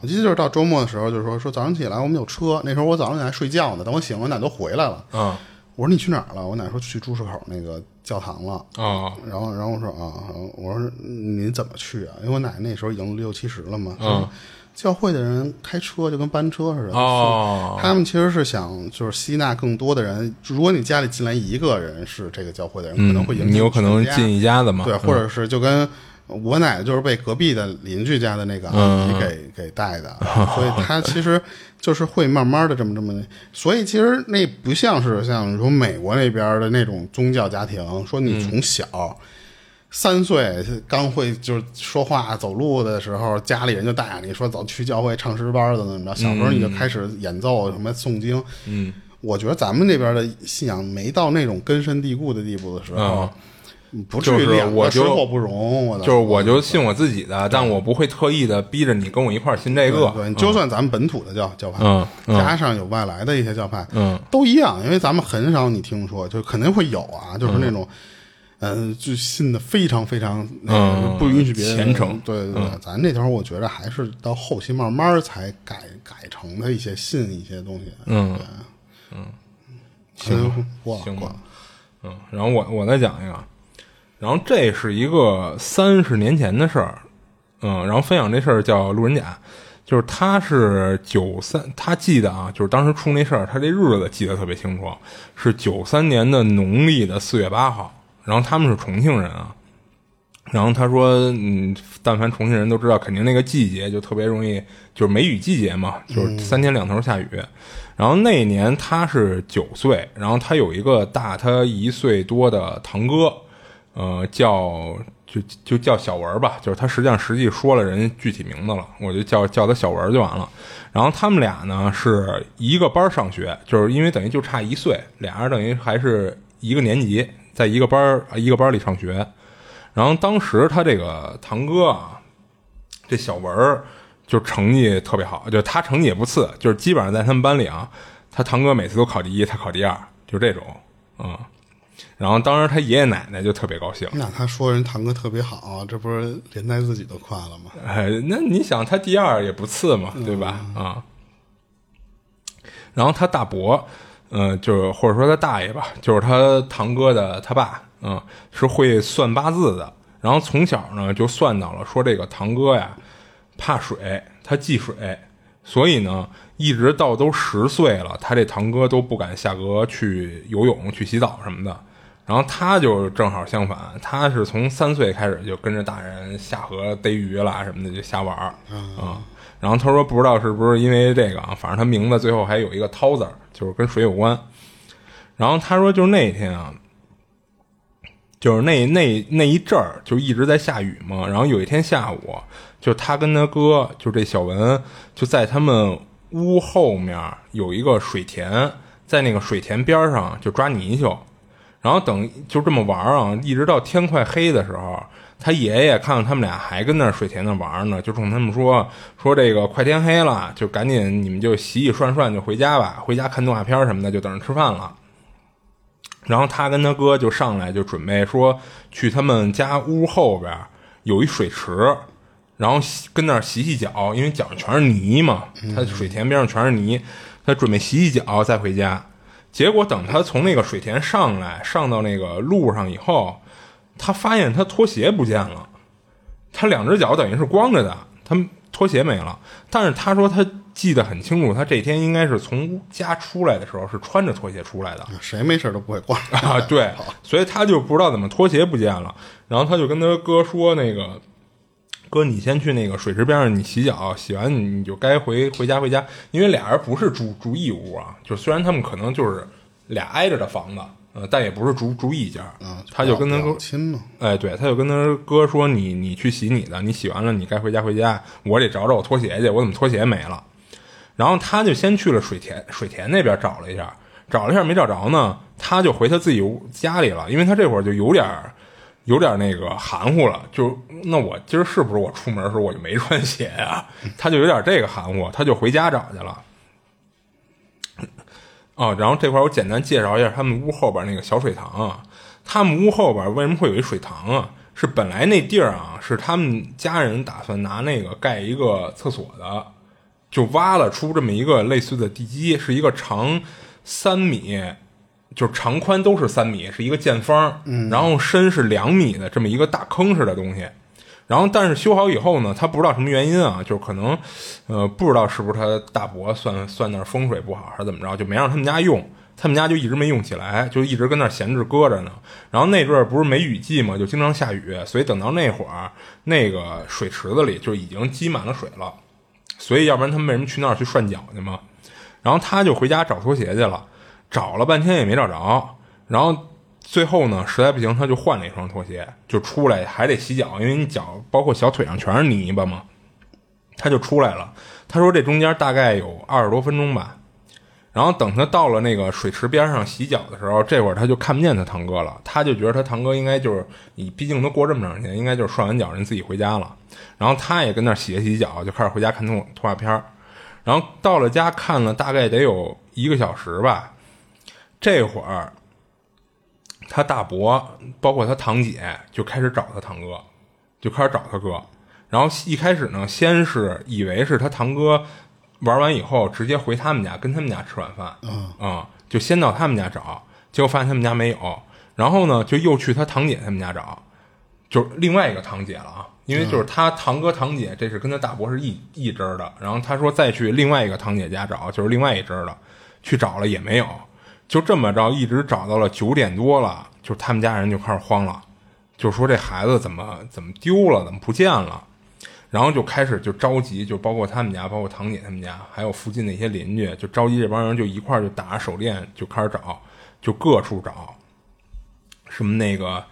Speaker 2: 我记得就是到周末的时候，就是说说早上起来我们有车，那时候我早上起来睡觉呢，等我醒了，我奶奶都回来了。
Speaker 3: 啊
Speaker 2: 我说你去哪儿了？我奶奶说去朱市口那个教堂了。
Speaker 3: 啊
Speaker 2: 然后，然后我说啊，然后我说您怎么去啊？因为我奶奶那时候已经六七十了嘛。嗯，教会的人开车就跟班车似的。
Speaker 3: 哦
Speaker 2: 他们其实是想就是吸纳更多的人。如果你家里进来一个人是这个教会的人，可能
Speaker 3: 嗯
Speaker 2: 会影，响
Speaker 3: 你有可能
Speaker 2: 全家
Speaker 3: 进一家子嘛？
Speaker 2: 对，
Speaker 3: 嗯
Speaker 2: 或者是就跟我奶奶就是被隔壁的邻居家的那个
Speaker 3: 嗯
Speaker 2: 阿姨给、给带 的，所以她其实就是会慢慢的这么这么，所以其实那不像是像你说美国那边的那种宗教家庭，说你从小。
Speaker 3: 嗯
Speaker 2: 三岁刚会就是说话走路的时候，家里人就带着你说走去教会唱诗班怎么怎么着，小时候你
Speaker 3: 嗯
Speaker 2: 就开始演奏什么诵经。嗯，我觉得咱们这边的信仰没到那种根深蒂固的地步的时候，
Speaker 3: 嗯
Speaker 2: 不至
Speaker 3: 就
Speaker 2: 于
Speaker 3: 是
Speaker 2: 两
Speaker 3: 我
Speaker 2: 个水
Speaker 3: 就
Speaker 2: 火不容，我的
Speaker 3: 就是我就信我自己的，但我不会特意的逼着你跟我一块儿信这
Speaker 2: 对
Speaker 3: 个。
Speaker 2: 对，就算咱们本土的教教派，
Speaker 3: 嗯嗯
Speaker 2: 加上有外来的一些教派，
Speaker 3: 嗯，
Speaker 2: 都一样，因为咱们很少你听说，就肯定会有啊，就是那种。嗯，就信的非常非常，
Speaker 3: 嗯
Speaker 2: 不允许别人
Speaker 3: 虔诚嗯
Speaker 2: 对对对，咱这头我觉得还是到后期慢慢才改改成的一些信一些东西。
Speaker 3: 嗯
Speaker 2: 对，行，过了
Speaker 3: 行
Speaker 2: 过
Speaker 3: 吧
Speaker 2: 了，，
Speaker 3: 嗯，然后我我再讲一个，然后这是一个三十年前的事儿，嗯，然后分享这事儿叫路人甲，就是他是九三，他记得啊，就是当时出那事儿，他这日子记得特别清楚，是九三年的农历的四月八号，然后他们是重庆人啊，然后他说，嗯，但凡重庆人都知道，肯定那个季节就特别容易，就是梅雨季节嘛，就是三天两头下雨。然后那一年他是九岁，然后他有一个大他一岁多的堂哥，呃，叫就就叫小文吧，就是他实际上实际说了人具体名字了，我就叫叫他小文就完了。然后他们俩呢是一个班儿上学，就是因为等于就差一岁，俩人等于还是一个年级，在一个班儿一个班儿里上学。然后当时他这个堂哥啊，这小文儿就成绩特别好，就他成绩也不次，就是基本上在他们班里啊，他堂哥每次都考第一，他考第二，就这种，嗯。然后当时他爷爷奶奶就特别高兴，
Speaker 2: 那他说人堂哥特别好，啊这不是连带自己都夸了吗？
Speaker 3: 哎，那你想他第二也不次嘛，对吧？啊、然后他大伯，呃，就是或者说他大爷吧，就是他堂哥的他爸，嗯、是会算八字的。然后从小呢就算到了，说这个堂哥呀怕水，他忌水，所以呢一直到都十岁了，他这堂哥都不敢下河去游泳、去洗澡什么的。然后他就正好相反，他是从三岁开始就跟着大人下河逮鱼啦什么的就瞎玩儿，啊，然后他说不知道是不是因为这个啊，反正他名字最后还有一个涛字儿，就是跟水有关。然后他说就是那一天啊，就是那那那一阵儿就一直在下雨嘛，然后有一天下午，就他跟他哥，就这小文，就在他们屋后面有一个水田，在那个水田边儿上就抓泥鳅，然后等就这么玩儿啊，一直到天快黑的时候，他爷爷看到他们俩还跟那儿水田那玩儿呢，就冲他们说说这个快天黑了，就赶紧你们就洗洗涮涮就回家吧，回家看动画片儿什么的，就等着吃饭了。然后他跟他哥就上来就准备说去他们家屋后边儿有一水池，然后洗跟那儿洗洗脚，因为脚上全是泥嘛，他水田边上全是泥，他准备洗洗脚再回家。结果等他从那个水田上来，上到那个路上以后，他发现他拖鞋不见了。他两只脚等于是光着的，他拖鞋没了。但是他说他记得很清楚，他这天应该是从家出来的时候是穿着拖鞋出来的
Speaker 2: 谁没事都不会 挂。
Speaker 3: 啊，对，所以他就不知道怎么拖鞋不见了。然后他就跟他哥说：“那个哥，你先去那个水池边上，你洗脚，洗完你你就该回回家回家。因为俩人不是住住一屋啊，就虽然他们可能就是俩挨着的房子，呃，但也不是住住一家。
Speaker 2: 啊嗯
Speaker 3: 他就跟他哥
Speaker 2: 表亲嘛，
Speaker 3: 哎，对，他就跟他哥说你：“你去洗你的，你洗完了你该回家回家，我得找找我拖鞋去，我怎么拖鞋没了？”然后他就先去了水田水田那边找了一下，找了一下没找着呢，他就回他自己屋家里了，因为他这会儿就有点儿有点儿那个含糊了，就那我今儿是不是我出门的时候我就没穿鞋啊？ 他就有点这个含糊，他就回家找去了。哦，然后这块儿我简单介绍一下他们屋后边那个小水塘啊。他们屋后边为什么会有一水塘啊？是本来那地儿啊，是他们家人打算拿那个盖一个厕所的，就挖了出这么一个类似的地基，是一个长三米，就是长宽都是三米，是一个见方，然后深是两米的这么一个大坑似的东西。然后，但是修好以后呢，他不知道什么原因啊，就是可能，呃，不知道是不是他大伯算算那儿风水不好还是怎么着，就没让他们家用，他们家就一直没用起来，就一直跟那儿闲置搁着呢。然后那阵儿不是没雨季嘛，就经常下雨，所以等到那会儿，那个水池子里就已经积满了水了。所以要不然他们为什么去那儿去涮脚去嘛？然后他就回家找拖鞋去了，找了半天也没找着，然后最后呢，实在不行他就换了一双拖鞋，就出来还得洗脚，因为你脚包括小腿上全是泥巴嘛，他就出来了。他说这中间大概有二十多分钟吧。然后等他到了那个水池边上洗脚的时候，这会儿他就看不见他堂哥了，他就觉得他堂哥应该就是，你毕竟都过这么长时间，应该就是涮完脚人自己回家了。然后他也跟那儿洗了洗脚，就开始回家看动动画片儿。然后到了家看了大概得有一个小时吧，这会儿他大伯，包括他堂姐，就开始找他堂哥，就开始找他哥。然后一开始呢，先是以为是他堂哥玩完以后直接回他们家，跟他们家吃晚饭，嗯就先到他们家找，结果发现他们家没有。然后呢，就又去他堂姐他们家找，就是另外一个堂姐了啊，因为就是他堂哥堂姐，这是跟他大伯是一一支儿的。然后他说再去另外一个堂姐家找，就是另外一支儿的，去找了也没有，就这么着一直找到了九点多了，就是他们家人就开始慌了，就说这孩子怎么怎么丢了，怎么不见了。然后就开始就着急，就包括他们家，包括堂姐他们家，还有附近的一些邻居，就着急这帮人就一块儿就打着手电就开始找，就各处找，什么那个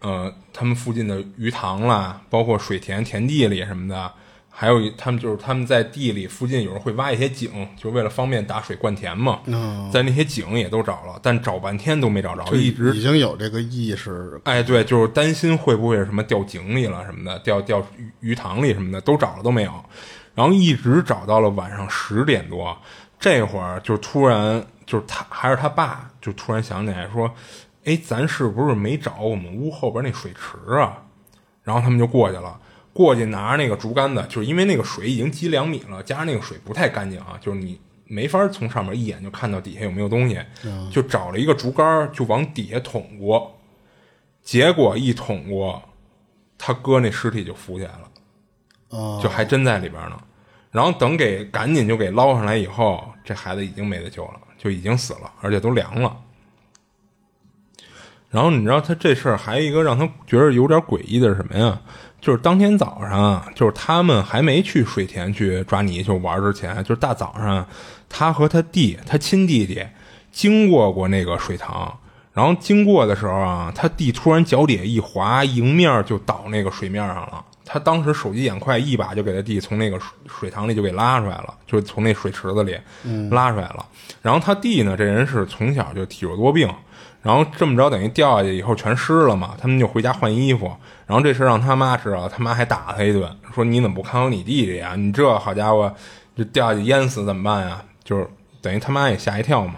Speaker 3: 呃，他们附近的鱼塘啦，包括水田、田地里什么的，还有一他们就是他们在地里附近有人会挖一些井，就为了方便打水灌田嘛，在那些井也都找了，但找半天都没找着，一直
Speaker 2: 已经有这个意识，
Speaker 3: 哎，对，就是担心会不会是什么掉井里了什么的，掉掉鱼鱼塘里什么的，都找了都没有，然后一直找到了晚上十点多，这会儿就突然就是他还是他爸就突然想起来说，哎，咱是不是没找我们屋后边那水池啊？然后他们就过去了，过去拿着那个竹竿子，就是因为那个水已经积两米了，加上那个水不太干净啊，就是你没法从上面一眼就看到底下有没有东西，就找了一个竹竿儿就往底下捅过，结果一捅过，他哥那尸体就浮起来了。
Speaker 2: 啊，
Speaker 3: 就还真在里边呢。然后等给赶紧就给捞上来以后，这孩子已经没得救了，就已经死了，而且都凉了。然后你知道他这事儿还有一个让他觉得有点诡异的是什么呀？就是当天早上啊，就是他们还没去水田去抓泥鳅玩之前，就是大早上，他和他弟，他亲弟弟经过过那个水塘，然后经过的时候啊，他弟突然脚底下一滑，迎面就倒那个水面上了。他当时手疾眼快，一把就给他弟从那个水水塘里就给拉出来了，就从那水池子里拉出来了。然后他弟呢，这人是从小就体弱多病，然后这么着等于掉下去以后全湿了嘛，他们就回家换衣服。然后这事儿让他妈知道，他妈还打他一顿，说你怎么不看好你弟弟呀？你这好家伙，这掉下去淹死怎么办呀？就是等于他妈也吓一跳嘛。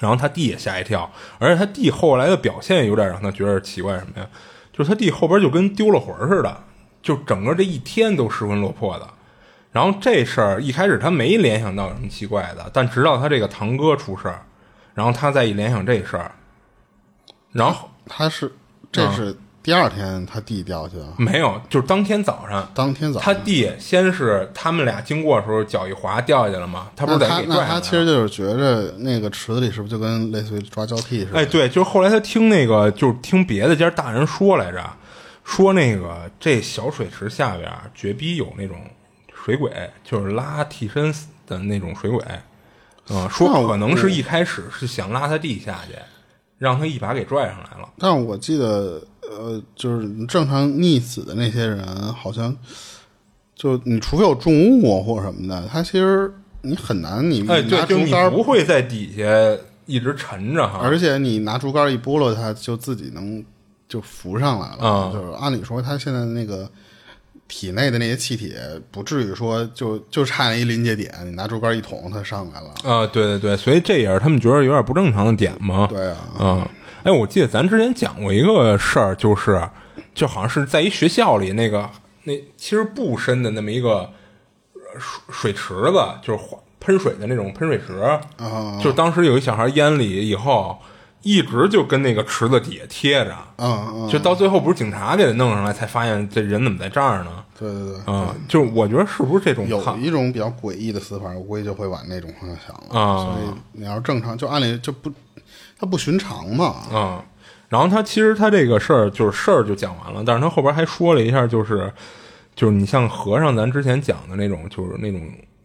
Speaker 3: 然后他弟也吓一跳，而且他弟后来的表现有点让他觉得奇怪什么呀？就是他弟后边就跟丢了魂儿似的，就整个这一天都失魂落魄的。然后这事儿一开始他没联想到有什么奇怪的，但直到他这个堂哥出事儿，然后他再一联想这事儿，然后
Speaker 2: 他是这
Speaker 3: 嗯
Speaker 2: 是第二天他弟掉下去的，
Speaker 3: 没有，就是当天早上，
Speaker 2: 当天早
Speaker 3: 他
Speaker 2: 上
Speaker 3: 弟先是他们俩经过的时候脚一滑掉下去了嘛，他不
Speaker 2: 那
Speaker 3: 是在
Speaker 2: 他
Speaker 3: 给
Speaker 2: 那
Speaker 3: 拽
Speaker 2: 他
Speaker 3: 上
Speaker 2: 其
Speaker 3: 来
Speaker 2: 实就是觉着那个池子里是不是就跟类似于抓交替似的？
Speaker 3: 哎，对，就是后来他听那个，就是听别的家大人说来着，说那个这小水池下边儿绝逼有那种水鬼，就是拉替身的那种水鬼。嗯，
Speaker 2: 那
Speaker 3: 说
Speaker 2: 我
Speaker 3: 可能是一开始是想拉他弟下去，让他一把给拽上来了。
Speaker 2: 但我记得，呃，就是正常溺死的那些人，好像就你除非有重物或什么的，他其实你很难你
Speaker 3: 哎，
Speaker 2: 拿
Speaker 3: 对，就
Speaker 2: 竹
Speaker 3: 你
Speaker 2: 竿
Speaker 3: 不
Speaker 2: 儿，哎
Speaker 3: 会在底下一直沉着哈。
Speaker 2: 而且你拿竹竿儿一拨落，他就自己能就浮上来了。
Speaker 3: 啊
Speaker 2: 就是按理说，他现在那个体内的那些气体，不至于说就就差那一临界点，你拿竹竿儿一捅，他上来了。
Speaker 3: 啊，对对对，所以这也是他们觉得有点不正常的点嘛。
Speaker 2: 对啊，
Speaker 3: 嗯，哎，我记得咱之前讲过一个事儿，就是就好像是在一学校里那个那其实不深的那么一个呃水水池子，就是哗喷水的那种喷水池。
Speaker 2: 啊
Speaker 3: 就当时有一小孩淹里以后，一直就跟那个池子底下贴着，
Speaker 2: 嗯嗯，
Speaker 3: 就到最后不是警察给他弄上来，才发现这人怎么在这儿呢？
Speaker 2: 对对对。
Speaker 3: 啊、就我觉得是不是这种
Speaker 2: 有
Speaker 3: 看
Speaker 2: 一种比较诡异的死法，我估计就会往那种方向想了。
Speaker 3: 啊
Speaker 2: 所以你要是正常，就按理就不，它不寻常嘛。
Speaker 3: 嗯，然后他其实他这个事儿就是事儿就讲完了，但是他后边还说了一下，就是就是你像和尚，咱之前讲的那种，就是那种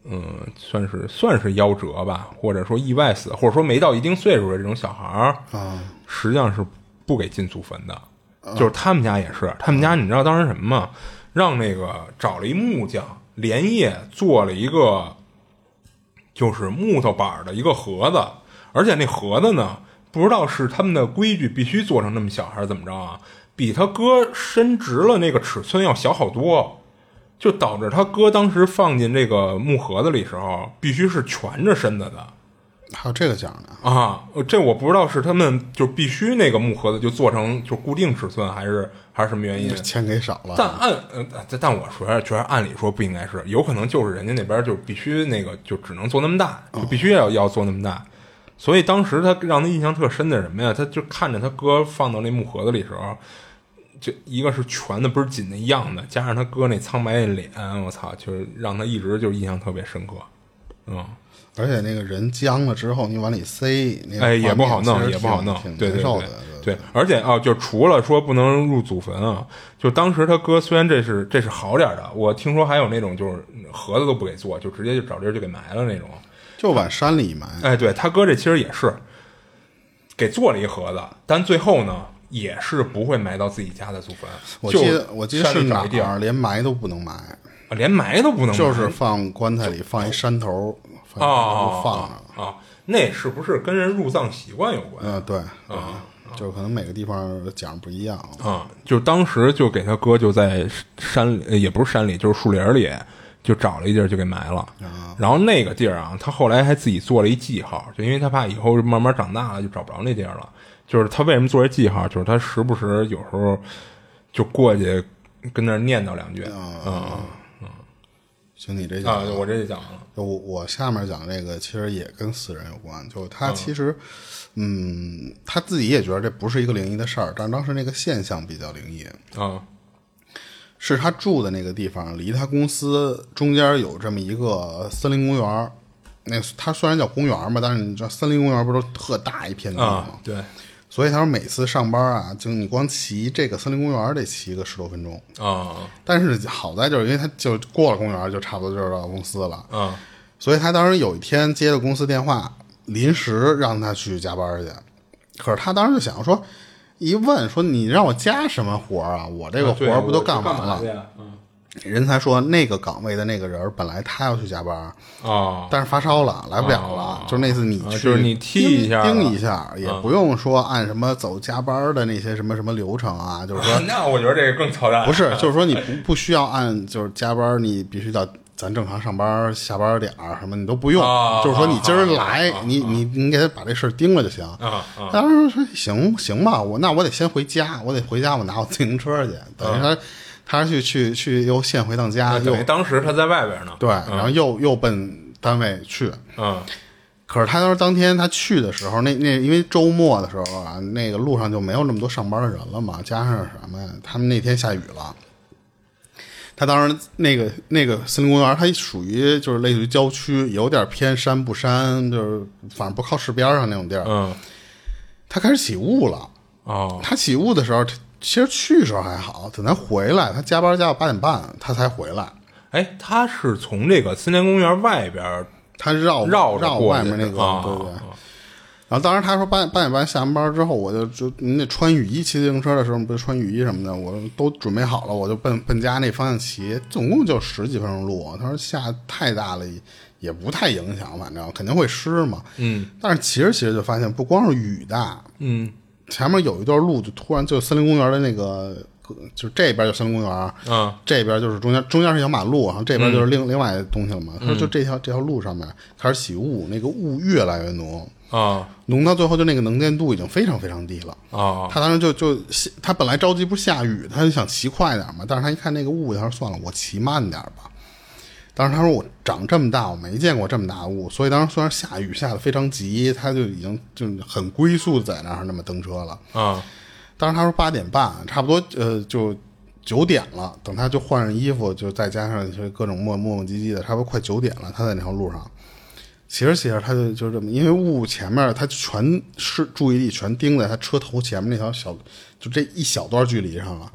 Speaker 3: 嗯，算是算是夭折吧，或者说意外死，或者说没到一定岁数的这种小孩儿，
Speaker 2: 啊，
Speaker 3: 实际上是不给进祖坟的。就是他们家也是，他们家你知道当时什么吗？让那个找了一木匠，连夜做了一个就是木头板儿的一个盒子，而且那盒子呢，不知道是他们的规矩必须做成那么小还是怎么着啊，比他哥伸直了那个尺寸要小好多，就导致他哥当时放进这个木盒子里时候，必须是蜷着身子的。
Speaker 2: 还有这个讲呢。
Speaker 3: 啊，呃这我不知道是他们就必须那个木盒子就做成就固定尺寸，还是还是什么原因？
Speaker 2: 钱给少了，
Speaker 3: 但按呃，但但我说觉得按理说不应该是，有可能就是人家那边就必须那个就只能做那么大，就必须要要做那么大。所以当时他让他印象特深的是什么呀？他就看着他哥放到那木盒子里时候，就一个是蜷的倍儿紧那样的，加上他哥那苍白的脸，我操，就是让他一直就印象特别深刻。嗯，
Speaker 2: 而且那个人僵了之后，你往里塞，那个
Speaker 3: 哎，也
Speaker 2: 画面
Speaker 3: 不好
Speaker 2: 其
Speaker 3: 弄，
Speaker 2: 实
Speaker 3: 也不好
Speaker 2: 挺
Speaker 3: 弄，
Speaker 2: 挺
Speaker 3: 对
Speaker 2: 难
Speaker 3: 对
Speaker 2: 受
Speaker 3: 对
Speaker 2: 的。对，
Speaker 3: 对，而且啊，就除了说不能入祖坟啊，就当时他哥虽然这是这是好点儿的，我听说还有那种就是盒子都不给做，就直接就找地儿就给埋了那种。
Speaker 2: 就往山里埋。
Speaker 3: 哎，对他哥这其实也是给做了一盒子，但最后呢也是不会埋到自己家的祖坟，
Speaker 2: 我
Speaker 3: 就
Speaker 2: 记得我记得
Speaker 3: 山
Speaker 2: 是
Speaker 3: 里
Speaker 2: 哪
Speaker 3: 找一地儿，
Speaker 2: 儿连埋都不能埋，
Speaker 3: 啊连埋都不能埋，
Speaker 2: 就是放棺材里放一山头，放
Speaker 3: 哦
Speaker 2: 就放上。
Speaker 3: 啊，那是不是跟人入葬习惯有关？
Speaker 2: 嗯，对，
Speaker 3: 哦
Speaker 2: 对，就可能每个地方讲不一样。
Speaker 3: 啊，就当时就给他哥就在山里，呃也不是山里，就是树林里，就找了一地儿就给埋了。然后那个地儿啊，他后来还自己做了一记号，就因为他怕以后慢慢长大了就找不着那地儿了。就是他为什么做这记号，就是他时不时有时候就过去跟那儿念叨两句。嗯
Speaker 2: 就你这
Speaker 3: 啊
Speaker 2: 讲，
Speaker 3: 我这就讲完了。
Speaker 2: 我我下面讲这个其实也跟死人有关，就
Speaker 3: 哦
Speaker 2: 他其实，嗯他自己也觉得这不是一个灵异的事儿，但是当时那个现象比较灵异，
Speaker 3: 啊
Speaker 2: 是他住的那个地方离他公司中间有这么一个森林公园儿，那他虽然叫公园儿嘛，但是你知道森林公园儿不都特大一片地方
Speaker 3: 啊
Speaker 2: 吗？，
Speaker 3: 对
Speaker 2: 所以他说每次上班啊，就你光骑这个森林公园儿得骑个十多分钟，
Speaker 3: 啊
Speaker 2: 但是好在就是因为他就过了公园儿就差不多就是到公司了，
Speaker 3: 啊
Speaker 2: 所以他当时有一天接了公司电话，临时让他去加班去。可是他当时就想说，一问说你让我加什么活儿啊？我这个活
Speaker 3: 对
Speaker 2: 儿不都
Speaker 3: 我
Speaker 2: 干
Speaker 3: 干
Speaker 2: 完
Speaker 3: 嘛
Speaker 2: 了
Speaker 3: 去？呀嗯
Speaker 2: 人才说那个岗位的那个人儿本来他要去加班，
Speaker 3: 啊
Speaker 2: 但是发烧了，来不了了。就那次你去，
Speaker 3: 哦就是你踢一下啊
Speaker 2: 盯一下，也不用说按什么走加班的那些什么什么流程啊， 就是说
Speaker 3: 啊那我觉得这个更操蛋。
Speaker 2: 不是，就是说你不不需要按就是加班，你必须到咱正常上班下班点儿什么你都不用，
Speaker 3: 啊
Speaker 2: 就是说你今儿
Speaker 3: 啊啊
Speaker 2: 来，
Speaker 3: 啊
Speaker 2: 你你你给他把这事儿盯了就行。
Speaker 3: 啊啊
Speaker 2: 当时说行行吧，我那我得先回家，我得回家，我拿我自行车去。等于他、
Speaker 3: 哦
Speaker 2: 他是去去去又现回趟家，又
Speaker 3: 等于当时他在外边呢。
Speaker 2: 对，然后又又奔单位去。
Speaker 3: 嗯，
Speaker 2: 可是他当时当天他去的时候，那那因为周末的时候啊，那个路上就没有那么多上班的人了嘛，加上什么呀？他们那天下雨了。他当时那个那个森林公园，它属于就是类似于郊区，有点偏山不山，就是反正不靠市边上那种地儿。
Speaker 3: 嗯，
Speaker 2: 他开始起雾了。
Speaker 3: 哦，
Speaker 2: 他起雾的时候，他其实去的时候还好，等他回来，他加班加到八点半，他才回来。
Speaker 3: 哎，他是从这个森林公园外边
Speaker 2: 他绕
Speaker 3: 绕着
Speaker 2: 绕
Speaker 3: 过
Speaker 2: 外
Speaker 3: 去
Speaker 2: 面
Speaker 3: 的
Speaker 2: 那个，
Speaker 3: 啊
Speaker 2: 对对
Speaker 3: 啊。
Speaker 2: 然后当时他说八八点半下完班之后，我就就你得穿雨衣骑自行车的时候，不是穿雨衣什么的，我都准备好了，我就奔奔家那方向骑，总共就十几分钟路。他说下太大了，也不太影响，反正肯定会湿嘛。嗯，但是骑着骑着就发现，不光是雨大，
Speaker 3: 嗯
Speaker 2: 前面有一段路就突然就森林公园的那个，就是这边就森林公园，
Speaker 3: 嗯，
Speaker 2: 这边就是中间中间是小马路，然后这边就是另、另外东西了嘛。他说就这条、这条路上面开始起雾，那个雾越来越浓，
Speaker 3: 啊
Speaker 2: 浓到最后就那个能见度已经非常非常低了。
Speaker 3: 啊
Speaker 2: 他当时就就他本来着急不是下雨，他就想骑快点嘛，但是他一看那个雾，他说算了，我骑慢点吧。当时他说我长这么大，我没见过这么大雾，所以当时虽然下雨下的非常急，他就已经就很龟速地在那儿那么蹬车了。
Speaker 3: 啊
Speaker 2: 当时他说八点半，差不多呃就九点了。等他就换上衣服，就再加上就是各种磨磨磨唧唧的，差不多快九点了。他在那条路上骑着骑着，他就就这么，因为雾前面他全是注意力全盯在他车头前面那条小，就这一小段距离上了。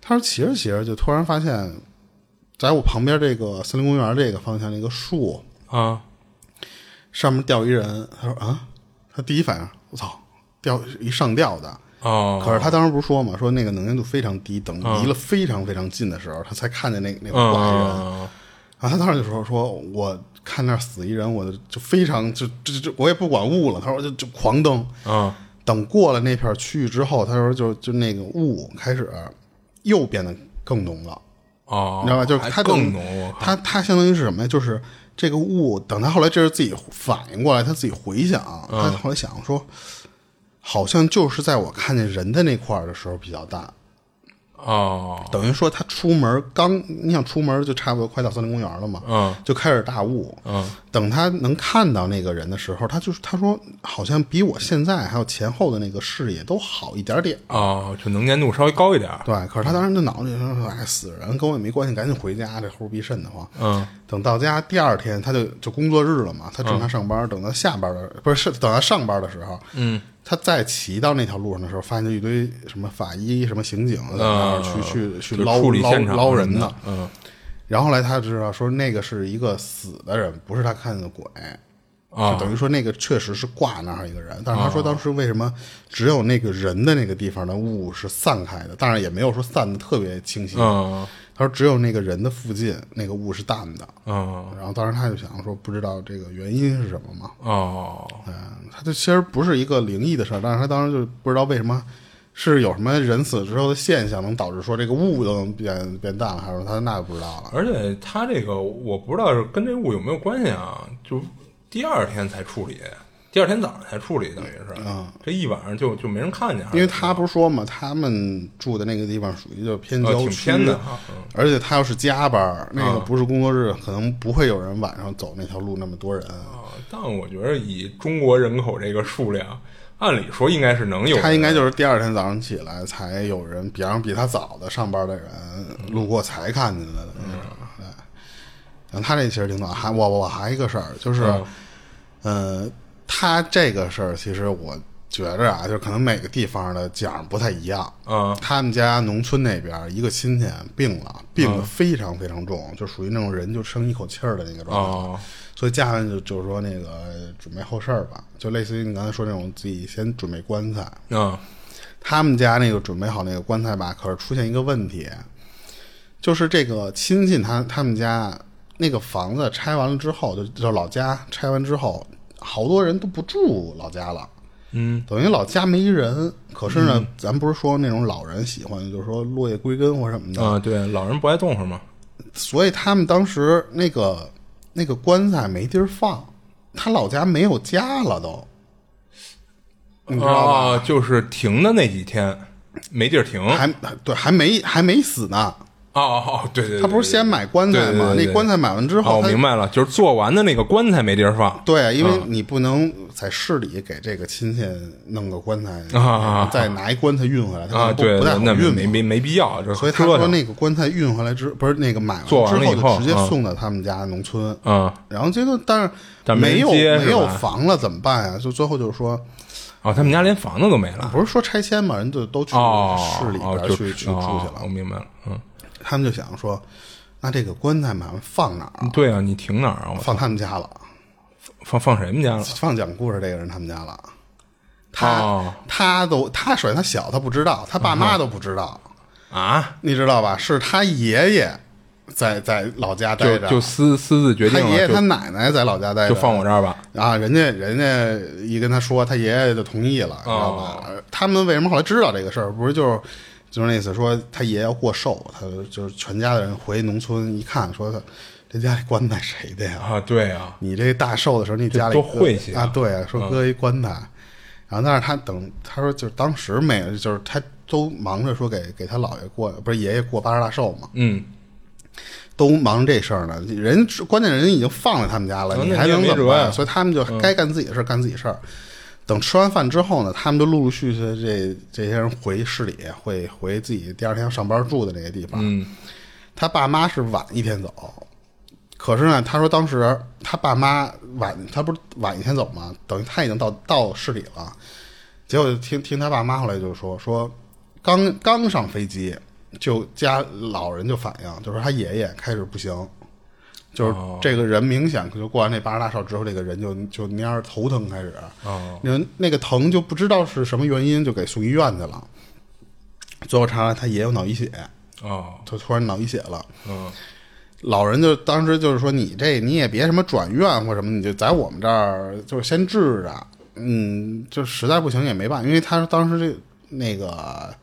Speaker 2: 他说骑着骑着就突然发现，在我旁边这个森林公园这个方向的一个树
Speaker 3: 啊
Speaker 2: 上面吊一人。他说啊，他第一反应我操，吊一上吊的。
Speaker 3: 哦
Speaker 2: 可是他当时不是说嘛，说那个能见度非常低，等离了非常非常近的时候，他才看见那那个挂人。
Speaker 3: 嗯
Speaker 2: 然后他当时就说：“说我看那儿死一人，我就就非常就就就我也不管雾了。”他说就就狂蹬。
Speaker 3: 嗯
Speaker 2: 等过了那片区域之后，他说就就那个雾开始又变得更浓了。
Speaker 3: 哦，
Speaker 2: 你知道吧？就是
Speaker 3: 还
Speaker 2: 他等
Speaker 3: 更浓，啊我靠
Speaker 2: 他他相当于是什么呀？就是这个雾，等他后来这是自己反应过来，他自己回想，他
Speaker 3: 嗯
Speaker 2: 后来想说，好像就是在我看见人的那块儿的时候比较大，
Speaker 3: 哦
Speaker 2: 等于说他出门刚，你想出门就差不多快到森林公园了嘛，
Speaker 3: 嗯，
Speaker 2: 就开始大雾，嗯，等他能看到那个人的时候，他就是他说好像比我现在还有前后的那个视野都好一点点，
Speaker 3: 哦，就能见度稍微高一点儿。
Speaker 2: 对，可是他当时就脑子里说：“哎，死人跟我也没关系，赶紧回家，这齁逼瘆得慌。”
Speaker 3: 嗯，
Speaker 2: 等到家第二天，他就就工作日了嘛，他正常上班。等到下班的不是等到上班的时候，嗯，他再骑到那条路上的时候，发现就一堆什么法医、什么刑警在那儿去、去去
Speaker 3: 嗯就
Speaker 2: 捞
Speaker 3: 处理
Speaker 2: 捞
Speaker 3: 现场
Speaker 2: 捞
Speaker 3: 什
Speaker 2: 人
Speaker 3: 么的
Speaker 2: 呢。嗯，然后后来他知道说那个是一个死的人，不是他看见的鬼。
Speaker 3: 啊
Speaker 2: 就等于说那个确实是挂那儿一个人，但是他说当时为什么只有那个人的那个地方的雾是散开的，当然也没有说散的特别清晰。
Speaker 3: 嗯
Speaker 2: 他说只有那个人的附近那个雾是淡的，
Speaker 3: 嗯
Speaker 2: 然后当时他就想说不知道这个原因是什么嘛，
Speaker 3: 哦
Speaker 2: 嗯，他就其实不是一个灵异的事儿，但是他当时就不知道为什么是有什么人死之后的现象能导致说这个雾都能变变淡了，还是说他那就不知道了。
Speaker 3: 而且他这个我不知道是跟这雾有没有关系啊，就第二天才处理，第二天早上才处理，等于是，这一晚上就就没人看见，
Speaker 2: 嗯因为他不是说嘛，他们住的那个地方属于就偏
Speaker 3: 呃
Speaker 2: 郊
Speaker 3: 挺
Speaker 2: 区，
Speaker 3: 偏的啊嗯
Speaker 2: 而且他要是加班儿，那个不是工作日，可能不会有人晚上走那条路那么多人。
Speaker 3: 啊但我觉得以中国人口这个数量，按理说应该是能有人，
Speaker 2: 他应该就是第二天早上起来才有人，比方比他早的上班的人
Speaker 3: 嗯
Speaker 2: 路过才看见的。嗯，对。然后他这其实挺早，还我我还一个事儿就是，
Speaker 3: 嗯
Speaker 2: 呃，他这个事儿其实我觉着啊，就是可能每个地方的讲不太一样。
Speaker 3: 嗯
Speaker 2: 他们家农村那边一个亲戚病了，病
Speaker 3: 嗯
Speaker 2: 得非常非常重，就属于那种人就剩一口气儿的那个状态。
Speaker 3: 哦
Speaker 2: 所以家人就就是说那个准备后事儿吧，就类似于你刚才说那种自己先准备棺材。
Speaker 3: 嗯
Speaker 2: 他们家那个准备好那个棺材吧，可是出现一个问题，就是这个亲戚他他们家那个房子拆完了之后，就就老家拆完之后，好多人都不住老家了。
Speaker 3: 嗯
Speaker 2: 等于老家没人，可是呢，咱不是说那种老人喜欢，就是说落叶归根或什么的，
Speaker 3: 啊，对，老人不爱动是吗？
Speaker 2: 所以他们当时那个那个棺材没地儿放，他老家没有家了都，你知道吧？
Speaker 3: 啊，就是停的那几天没地儿停。哦
Speaker 2: 还对还没还没死呢，
Speaker 3: 哦哦，对对，对
Speaker 2: 他不是先买棺材
Speaker 3: 对对
Speaker 2: 吗？
Speaker 3: 对对
Speaker 2: 那棺材买完之
Speaker 3: 哦，
Speaker 2: 后，
Speaker 3: 我
Speaker 2: 他
Speaker 3: 明白了，嗯就是做完的那个棺材没地儿放。
Speaker 2: 对，因为你不能在市里给这个亲戚弄个棺材
Speaker 3: 啊啊啊
Speaker 2: 再拿一棺材运回来，他
Speaker 3: 啊，
Speaker 2: 不
Speaker 3: 对，
Speaker 2: 不太好
Speaker 3: 那没
Speaker 2: 运
Speaker 3: 没
Speaker 2: 嘛
Speaker 3: 没没必要，这
Speaker 2: 所以他
Speaker 3: 折
Speaker 2: 说
Speaker 3: 腾
Speaker 2: 那个棺材运回来之不是那个买完之
Speaker 3: 做完了以后
Speaker 2: 就直接
Speaker 3: 啊
Speaker 2: 送到他们家农村，
Speaker 3: 啊
Speaker 2: 然后这个但是
Speaker 3: 但没
Speaker 2: 没有
Speaker 3: 人接是
Speaker 2: 没有
Speaker 3: 吧
Speaker 2: 房了怎么办呀？就最后就是说，
Speaker 3: 哦，他们家连房子都没了。
Speaker 2: 不是说拆迁嘛，人就都去
Speaker 3: 哦，
Speaker 2: 市里边
Speaker 3: 哦
Speaker 2: 儿
Speaker 3: 就
Speaker 2: 去去住去
Speaker 3: 哦
Speaker 2: 了
Speaker 3: 我。明白了，嗯，
Speaker 2: 他们就想说，那这个棺材买完放哪儿啊？
Speaker 3: 对啊，你停哪儿啊？我
Speaker 2: 放他们家了，
Speaker 3: 放放谁们家了？
Speaker 2: 放讲故事这个人他们家了。他、
Speaker 3: 哦嗯
Speaker 2: 他都他首先他小他不知道，他爸妈都不知道，
Speaker 3: 啊，
Speaker 2: 你知道吧？是他爷爷在在老家待
Speaker 3: 就
Speaker 2: 着，
Speaker 3: 就私私自决
Speaker 2: 他
Speaker 3: 定
Speaker 2: 爷爷
Speaker 3: 了，
Speaker 2: 他
Speaker 3: 就
Speaker 2: 奶奶在老家待着，
Speaker 3: 就放我这儿吧。
Speaker 2: 啊，人家人家一跟他说，他爷爷就同意了，你知道
Speaker 3: 哦
Speaker 2: 吧？呃他们为什么后来知道这个事儿？不是就是就是那意思，说他爷爷要过寿，他就是全家的人回农村一看，说他这家里棺材谁的呀？
Speaker 3: 啊，对啊，
Speaker 2: 你这大寿的时候，你家里
Speaker 3: 这多
Speaker 2: 搁
Speaker 3: 晦气啊
Speaker 2: 啊！对啊，说搁一棺材，然后但是他等他说就是当时没有，就是他都忙着说给给他姥爷过，不是爷爷过八十大寿嘛，
Speaker 3: 嗯，
Speaker 2: 都忙这事儿呢。人关键人已经放在他们家了，
Speaker 3: 嗯
Speaker 2: 你
Speaker 3: 那
Speaker 2: 还
Speaker 3: 你也
Speaker 2: 能
Speaker 3: 没
Speaker 2: 怎么
Speaker 3: 辙
Speaker 2: 办？
Speaker 3: 呀嗯
Speaker 2: 所以他们就该干自己的事儿，干自己事儿。等吃完饭之后呢，他们就陆陆续续地这这些人回市里，会回自己第二天上班住的那个地方。嗯，他爸妈是晚一天走，可是呢，他说当时他爸妈晚，他不是晚一天走吗？等于他已经到到市里了，结果就听听他爸妈后来就说说，刚刚上飞机就家老人就反映，就说他爷爷开始不行，就是这个人明显就过完那八十大寿之后，这个人就就蔫儿头疼开始，那那个疼就不知道是什么原因，就给送医院去了。最后查出来他爷有脑溢血，
Speaker 3: 哦，
Speaker 2: 就突然脑溢血了。
Speaker 3: 嗯，
Speaker 2: 老人就当时就是说，你这你也别什么转院或什么，你就在我们这儿就是先治着，嗯，就实在不行也没办，因为他当时这那个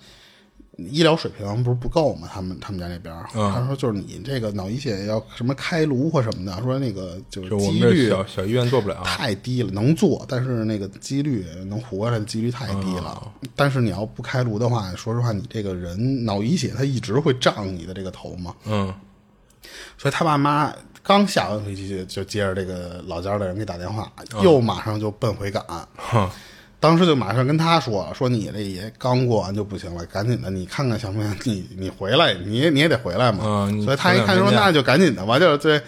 Speaker 2: 医疗水平不是不够嘛，他们他们家那边儿，
Speaker 3: 嗯
Speaker 2: 他说就是你这个脑溢血要什么开颅或什么的，说那个就是
Speaker 3: 就我们
Speaker 2: 几
Speaker 3: 这
Speaker 2: 率
Speaker 3: 小小医院做不了。啊
Speaker 2: 太低了，能做，但是那个几率能活下来的几率太低了。但是你要不开颅的话，说实话，你这个人脑溢血，它一直会胀你的这个头嘛。
Speaker 3: 嗯，
Speaker 2: 所以他爸妈刚下完飞机就就接着这个老家的人给打电话，又马上就奔回赶。
Speaker 3: 哦哼，
Speaker 2: 当时就马上跟他说了，说你这也刚过完就不行了，赶紧的，你看看行不行？你你回来，你也你也得回来嘛。
Speaker 3: 嗯你
Speaker 2: 所以他一看说，
Speaker 3: 前两天见
Speaker 2: 那就赶紧的吧，就是这，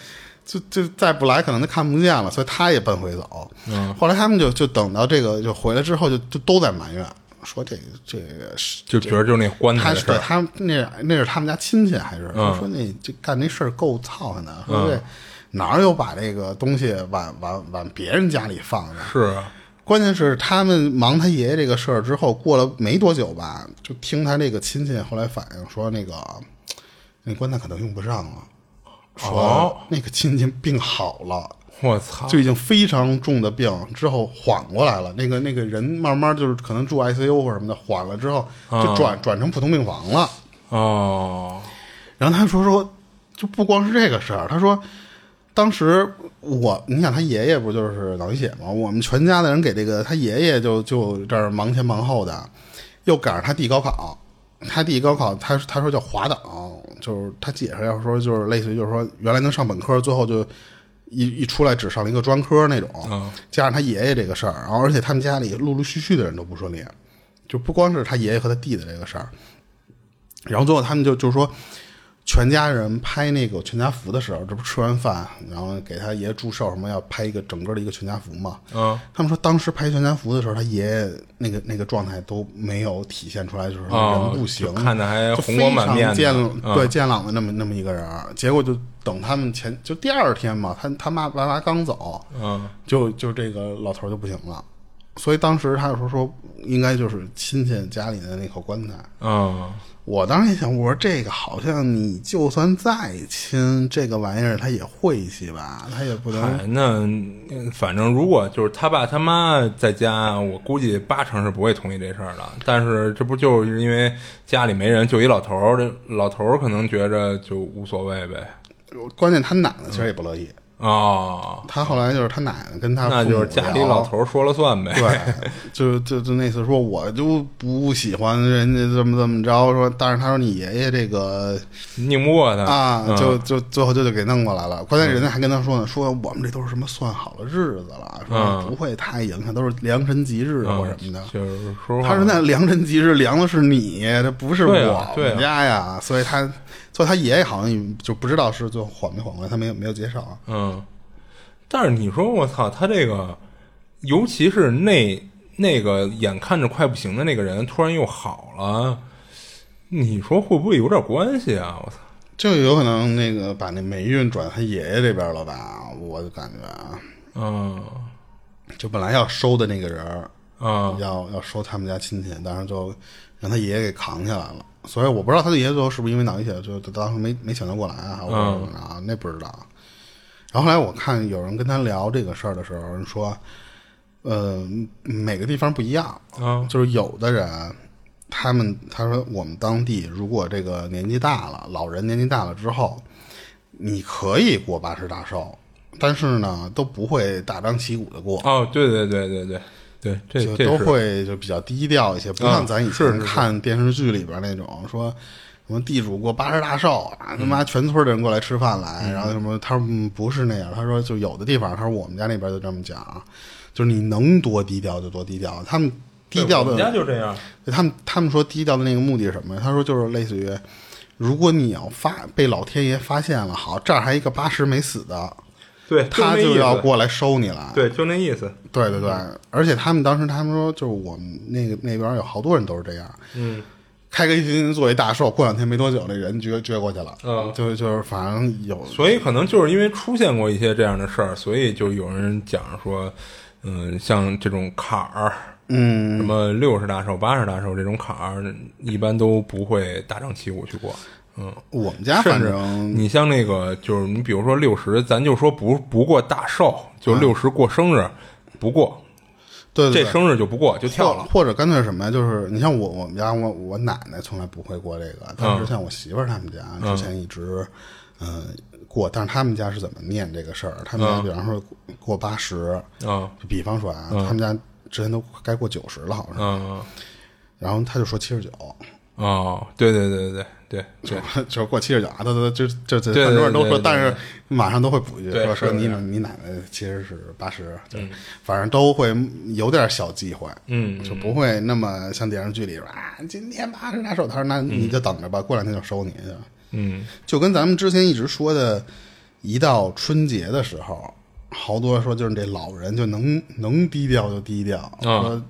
Speaker 2: 就就再不来可能就看不见了，所以他也奔回走。嗯，后来他们就就等到这个就回来之后就，就都在埋怨，说这个这个是
Speaker 3: 就觉得就是那棺材
Speaker 2: 他
Speaker 3: 的
Speaker 2: 是
Speaker 3: 嗯事
Speaker 2: 对
Speaker 3: 儿。嗯
Speaker 2: 他们那那是他们家亲戚还是、说那这干那事儿够操心的，说这、哪儿有把这个东西往往往别人家里放的？
Speaker 3: 是啊，
Speaker 2: 关键是他们忙他爷爷这个事儿之后，过了没多久吧，就听他这个亲戚后来反映说，那个那棺材可能用不上了，
Speaker 3: 哦哦
Speaker 2: 说那个亲戚病好了，
Speaker 3: 我操，
Speaker 2: 就已经非常重的病，之后缓过来了。那个那个人慢慢就是可能住 ICU 或什么的，缓了之后
Speaker 3: 嗯
Speaker 2: 就转、转成普通病房了。
Speaker 3: 哦，
Speaker 2: 然后他说说，就不光是这个事儿，他说当时我，你想他爷爷不就是脑溢血吗？我们全家的人给这个他爷爷就就这儿忙前忙后的，又赶上他弟高考，他弟高考，他他说叫滑档，就是他解释要说就是类似于就是说原来能上本科，最后就。一一出来只上了一个专科那种，加上他爷爷这个事儿，然后而且他们家里陆陆续续的人都不顺利，就不光是他爷爷和他弟的这个事儿，然后最后他们就就是说，全家人拍那个全家福的时候，这不吃完饭，然后给他爷爷祝寿什么，要拍一个整个的一个全家福嘛。
Speaker 3: 嗯，
Speaker 2: 他们说当时拍全家福的时候，他爷爷那个那个状态都没有体现出来，就是人不行，
Speaker 3: 哦就看着还
Speaker 2: 就
Speaker 3: 红光满面的
Speaker 2: 非常
Speaker 3: 嗯
Speaker 2: 健对健朗的那么那么一个人儿。结果就等他们前就第二天嘛，他他妈爸妈刚走，
Speaker 3: 嗯，
Speaker 2: 就就这个老头儿就不行了。所以当时他就说说，应该就是亲戚家里的那口棺材，
Speaker 3: 嗯，
Speaker 2: 我当时也想，我说这个好像你就算再亲，这个玩意儿它也晦气吧，它也不能
Speaker 3: 哎，那嗯反正如果就是他爸他妈在家，我估计八成是不会同意这事儿的。但是这不就是因为家里没人，就一老头儿，这老头儿可能觉着就无所谓呗。
Speaker 2: 关键他奶奶其实也不乐意，
Speaker 3: 哦，
Speaker 2: 他后来就是他奶奶跟他
Speaker 3: 嗯那就是
Speaker 2: 父母
Speaker 3: 家里
Speaker 2: 聊
Speaker 3: 老头儿说了算呗。
Speaker 2: 对， 就就就那次说我就不喜欢人家怎么怎么着，说但是他说你爷爷这个
Speaker 3: 拧不过他
Speaker 2: 啊，
Speaker 3: 嗯
Speaker 2: 就就最后就就给弄过来了。关键人家还跟他说呢，说我们这都是什么算好了日子了，说
Speaker 3: 嗯
Speaker 2: 不会太影响，都是良辰吉日或什么的。
Speaker 3: 就是说实话
Speaker 2: 他说那良辰吉日量的是你，这不是
Speaker 3: 对啊
Speaker 2: 我
Speaker 3: 对啊
Speaker 2: 们家呀，所以他所以他爷爷好像就不知道是最后缓没缓过来，他没有没有介绍啊。
Speaker 3: 嗯，但是你说我操，他这个，尤其是那那个眼看着快不行的那个人，突然又好了，你说会不会有点关系啊？我操，
Speaker 2: 就有可能那个把那霉运转他爷爷这边了吧，我就感觉啊。
Speaker 3: 嗯
Speaker 2: 就本来要收的那个人儿，
Speaker 3: 啊
Speaker 2: 要要收他们家亲戚，但是就让他爷爷给扛下来了。所以我不知道他的爷爷最后是不是因为脑溢血，就就当时没没抢救过来啊，或者怎么着啊，那不知道。然后后来我看有人跟他聊这个事儿的时候，人说，呃，每个地方不一样，
Speaker 3: 啊
Speaker 2: 就是有的人，他们他说我们当地如果这个年纪大了，老人年纪大了之后，你可以过八十大寿，但是呢都不会大张旗鼓的过，
Speaker 3: 哦，对对对对对对，这
Speaker 2: 就
Speaker 3: 这
Speaker 2: 都
Speaker 3: 是啊
Speaker 2: 会就比较低调一些，不像咱以
Speaker 3: 是
Speaker 2: 前
Speaker 3: 是是
Speaker 2: 看电视剧里边那种说。什么地主过八十大寿
Speaker 3: 嗯
Speaker 2: 啊，他妈全村的人过来吃饭来，然后什么，他说嗯不是那样，他说就有的地方，他说我们家那边就这么讲，啊就是你能多低调就多低调，他们低调的
Speaker 3: 对我们家就这样，
Speaker 2: 他们他们说低调的那个目的是什么呀？他说就是类似于，如果你要发被老天爷发现了，好，这儿还一个八十没死的，
Speaker 3: 对，
Speaker 2: 他
Speaker 3: 那意
Speaker 2: 就
Speaker 3: 思
Speaker 2: 要，过来收你来。
Speaker 3: 对，就那意思，
Speaker 2: 对对对，而且他们当时他们说，就是我们那个那边有好多人都是这样，
Speaker 3: 嗯，
Speaker 2: 开个一星期做一大寿，过两天没多久那人撅撅过去了，
Speaker 3: 嗯
Speaker 2: 就就是反正有，
Speaker 3: 所以可能就是因为出现过一些这样的事儿，所以就有人讲说，嗯，像这种坎儿，嗯，什么六十大寿、八十大寿这种坎儿，一般都不会大张旗鼓去过。嗯，
Speaker 2: 我们家
Speaker 3: 甚
Speaker 2: 反
Speaker 3: 至
Speaker 2: 正
Speaker 3: 你像那个，就是你比如说六十，咱就说不不过大寿，就六十过生日，不过
Speaker 2: 对嗯对对
Speaker 3: 这生日就不过，就跳
Speaker 2: 或
Speaker 3: 了。
Speaker 2: 或者干脆是什么呀？就是你像我我们家我我奶奶从来不会过这
Speaker 3: 嗯
Speaker 2: 个，但是像我媳妇儿他们家之前一直嗯、呃过，但是他们家是怎么念这个事儿？他们家比方说过八十、
Speaker 3: 嗯
Speaker 2: 就比方说啊，他们家之前都该过九十了，好像是，
Speaker 3: 嗯
Speaker 2: 然后他就说七十九。
Speaker 3: 哦，对对对对对对
Speaker 2: 就是过七十九啊，都都就就这
Speaker 3: 对对
Speaker 2: 很多人都
Speaker 3: 对
Speaker 2: 说，
Speaker 3: 对
Speaker 2: 但是马上都会补一句
Speaker 3: 对
Speaker 2: 说
Speaker 3: 是嗯
Speaker 2: 说
Speaker 3: 这
Speaker 2: 你你奶奶其实是八十，对，反正都会有点小忌讳，嗯，就不会那么像电视剧里说啊，今天八十大寿，他说那你就等着吧，过两天就收你去，
Speaker 3: 嗯，
Speaker 2: 就跟咱们之前一直说的，一到春节的时候，好多人说就是这老人就能能低调就低调，
Speaker 3: 啊
Speaker 2: 说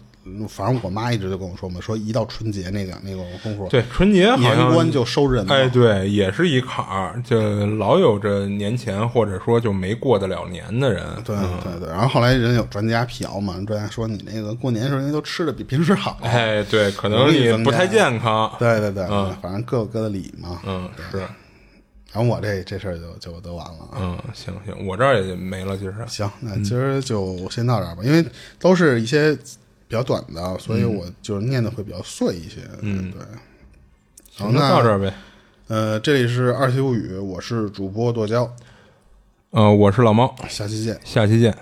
Speaker 2: 反正我妈一直就跟我说嘛，说一到春节那个那个功夫，
Speaker 3: 对，春节好
Speaker 2: 年
Speaker 3: 像
Speaker 2: 关就收人了，
Speaker 3: 哎，对，也是一坎儿，就老有着年前或者说就没过得了年的人。
Speaker 2: 对对对，然后后来人有专家辟谣嘛，专家说你那个过年时候人家都吃的比平时好，
Speaker 3: 哎，对，可能你不太健康。
Speaker 2: 对对对，反正各有各的理嘛。
Speaker 3: 嗯，是，
Speaker 2: 然后我这这事儿就就都完了啊。
Speaker 3: 嗯，行行，我这儿也没了，其实。
Speaker 2: 行，那今儿就先到这儿吧，因为都是一些比较短的，所以我就是念的会比较碎一些。嗯，对。好，
Speaker 3: 那
Speaker 2: 那
Speaker 3: 到这儿呗。
Speaker 2: 呃，这里是二七物语，我是主播剁椒，
Speaker 3: 呃，我是老猫，
Speaker 2: 下期见。
Speaker 3: 下期见。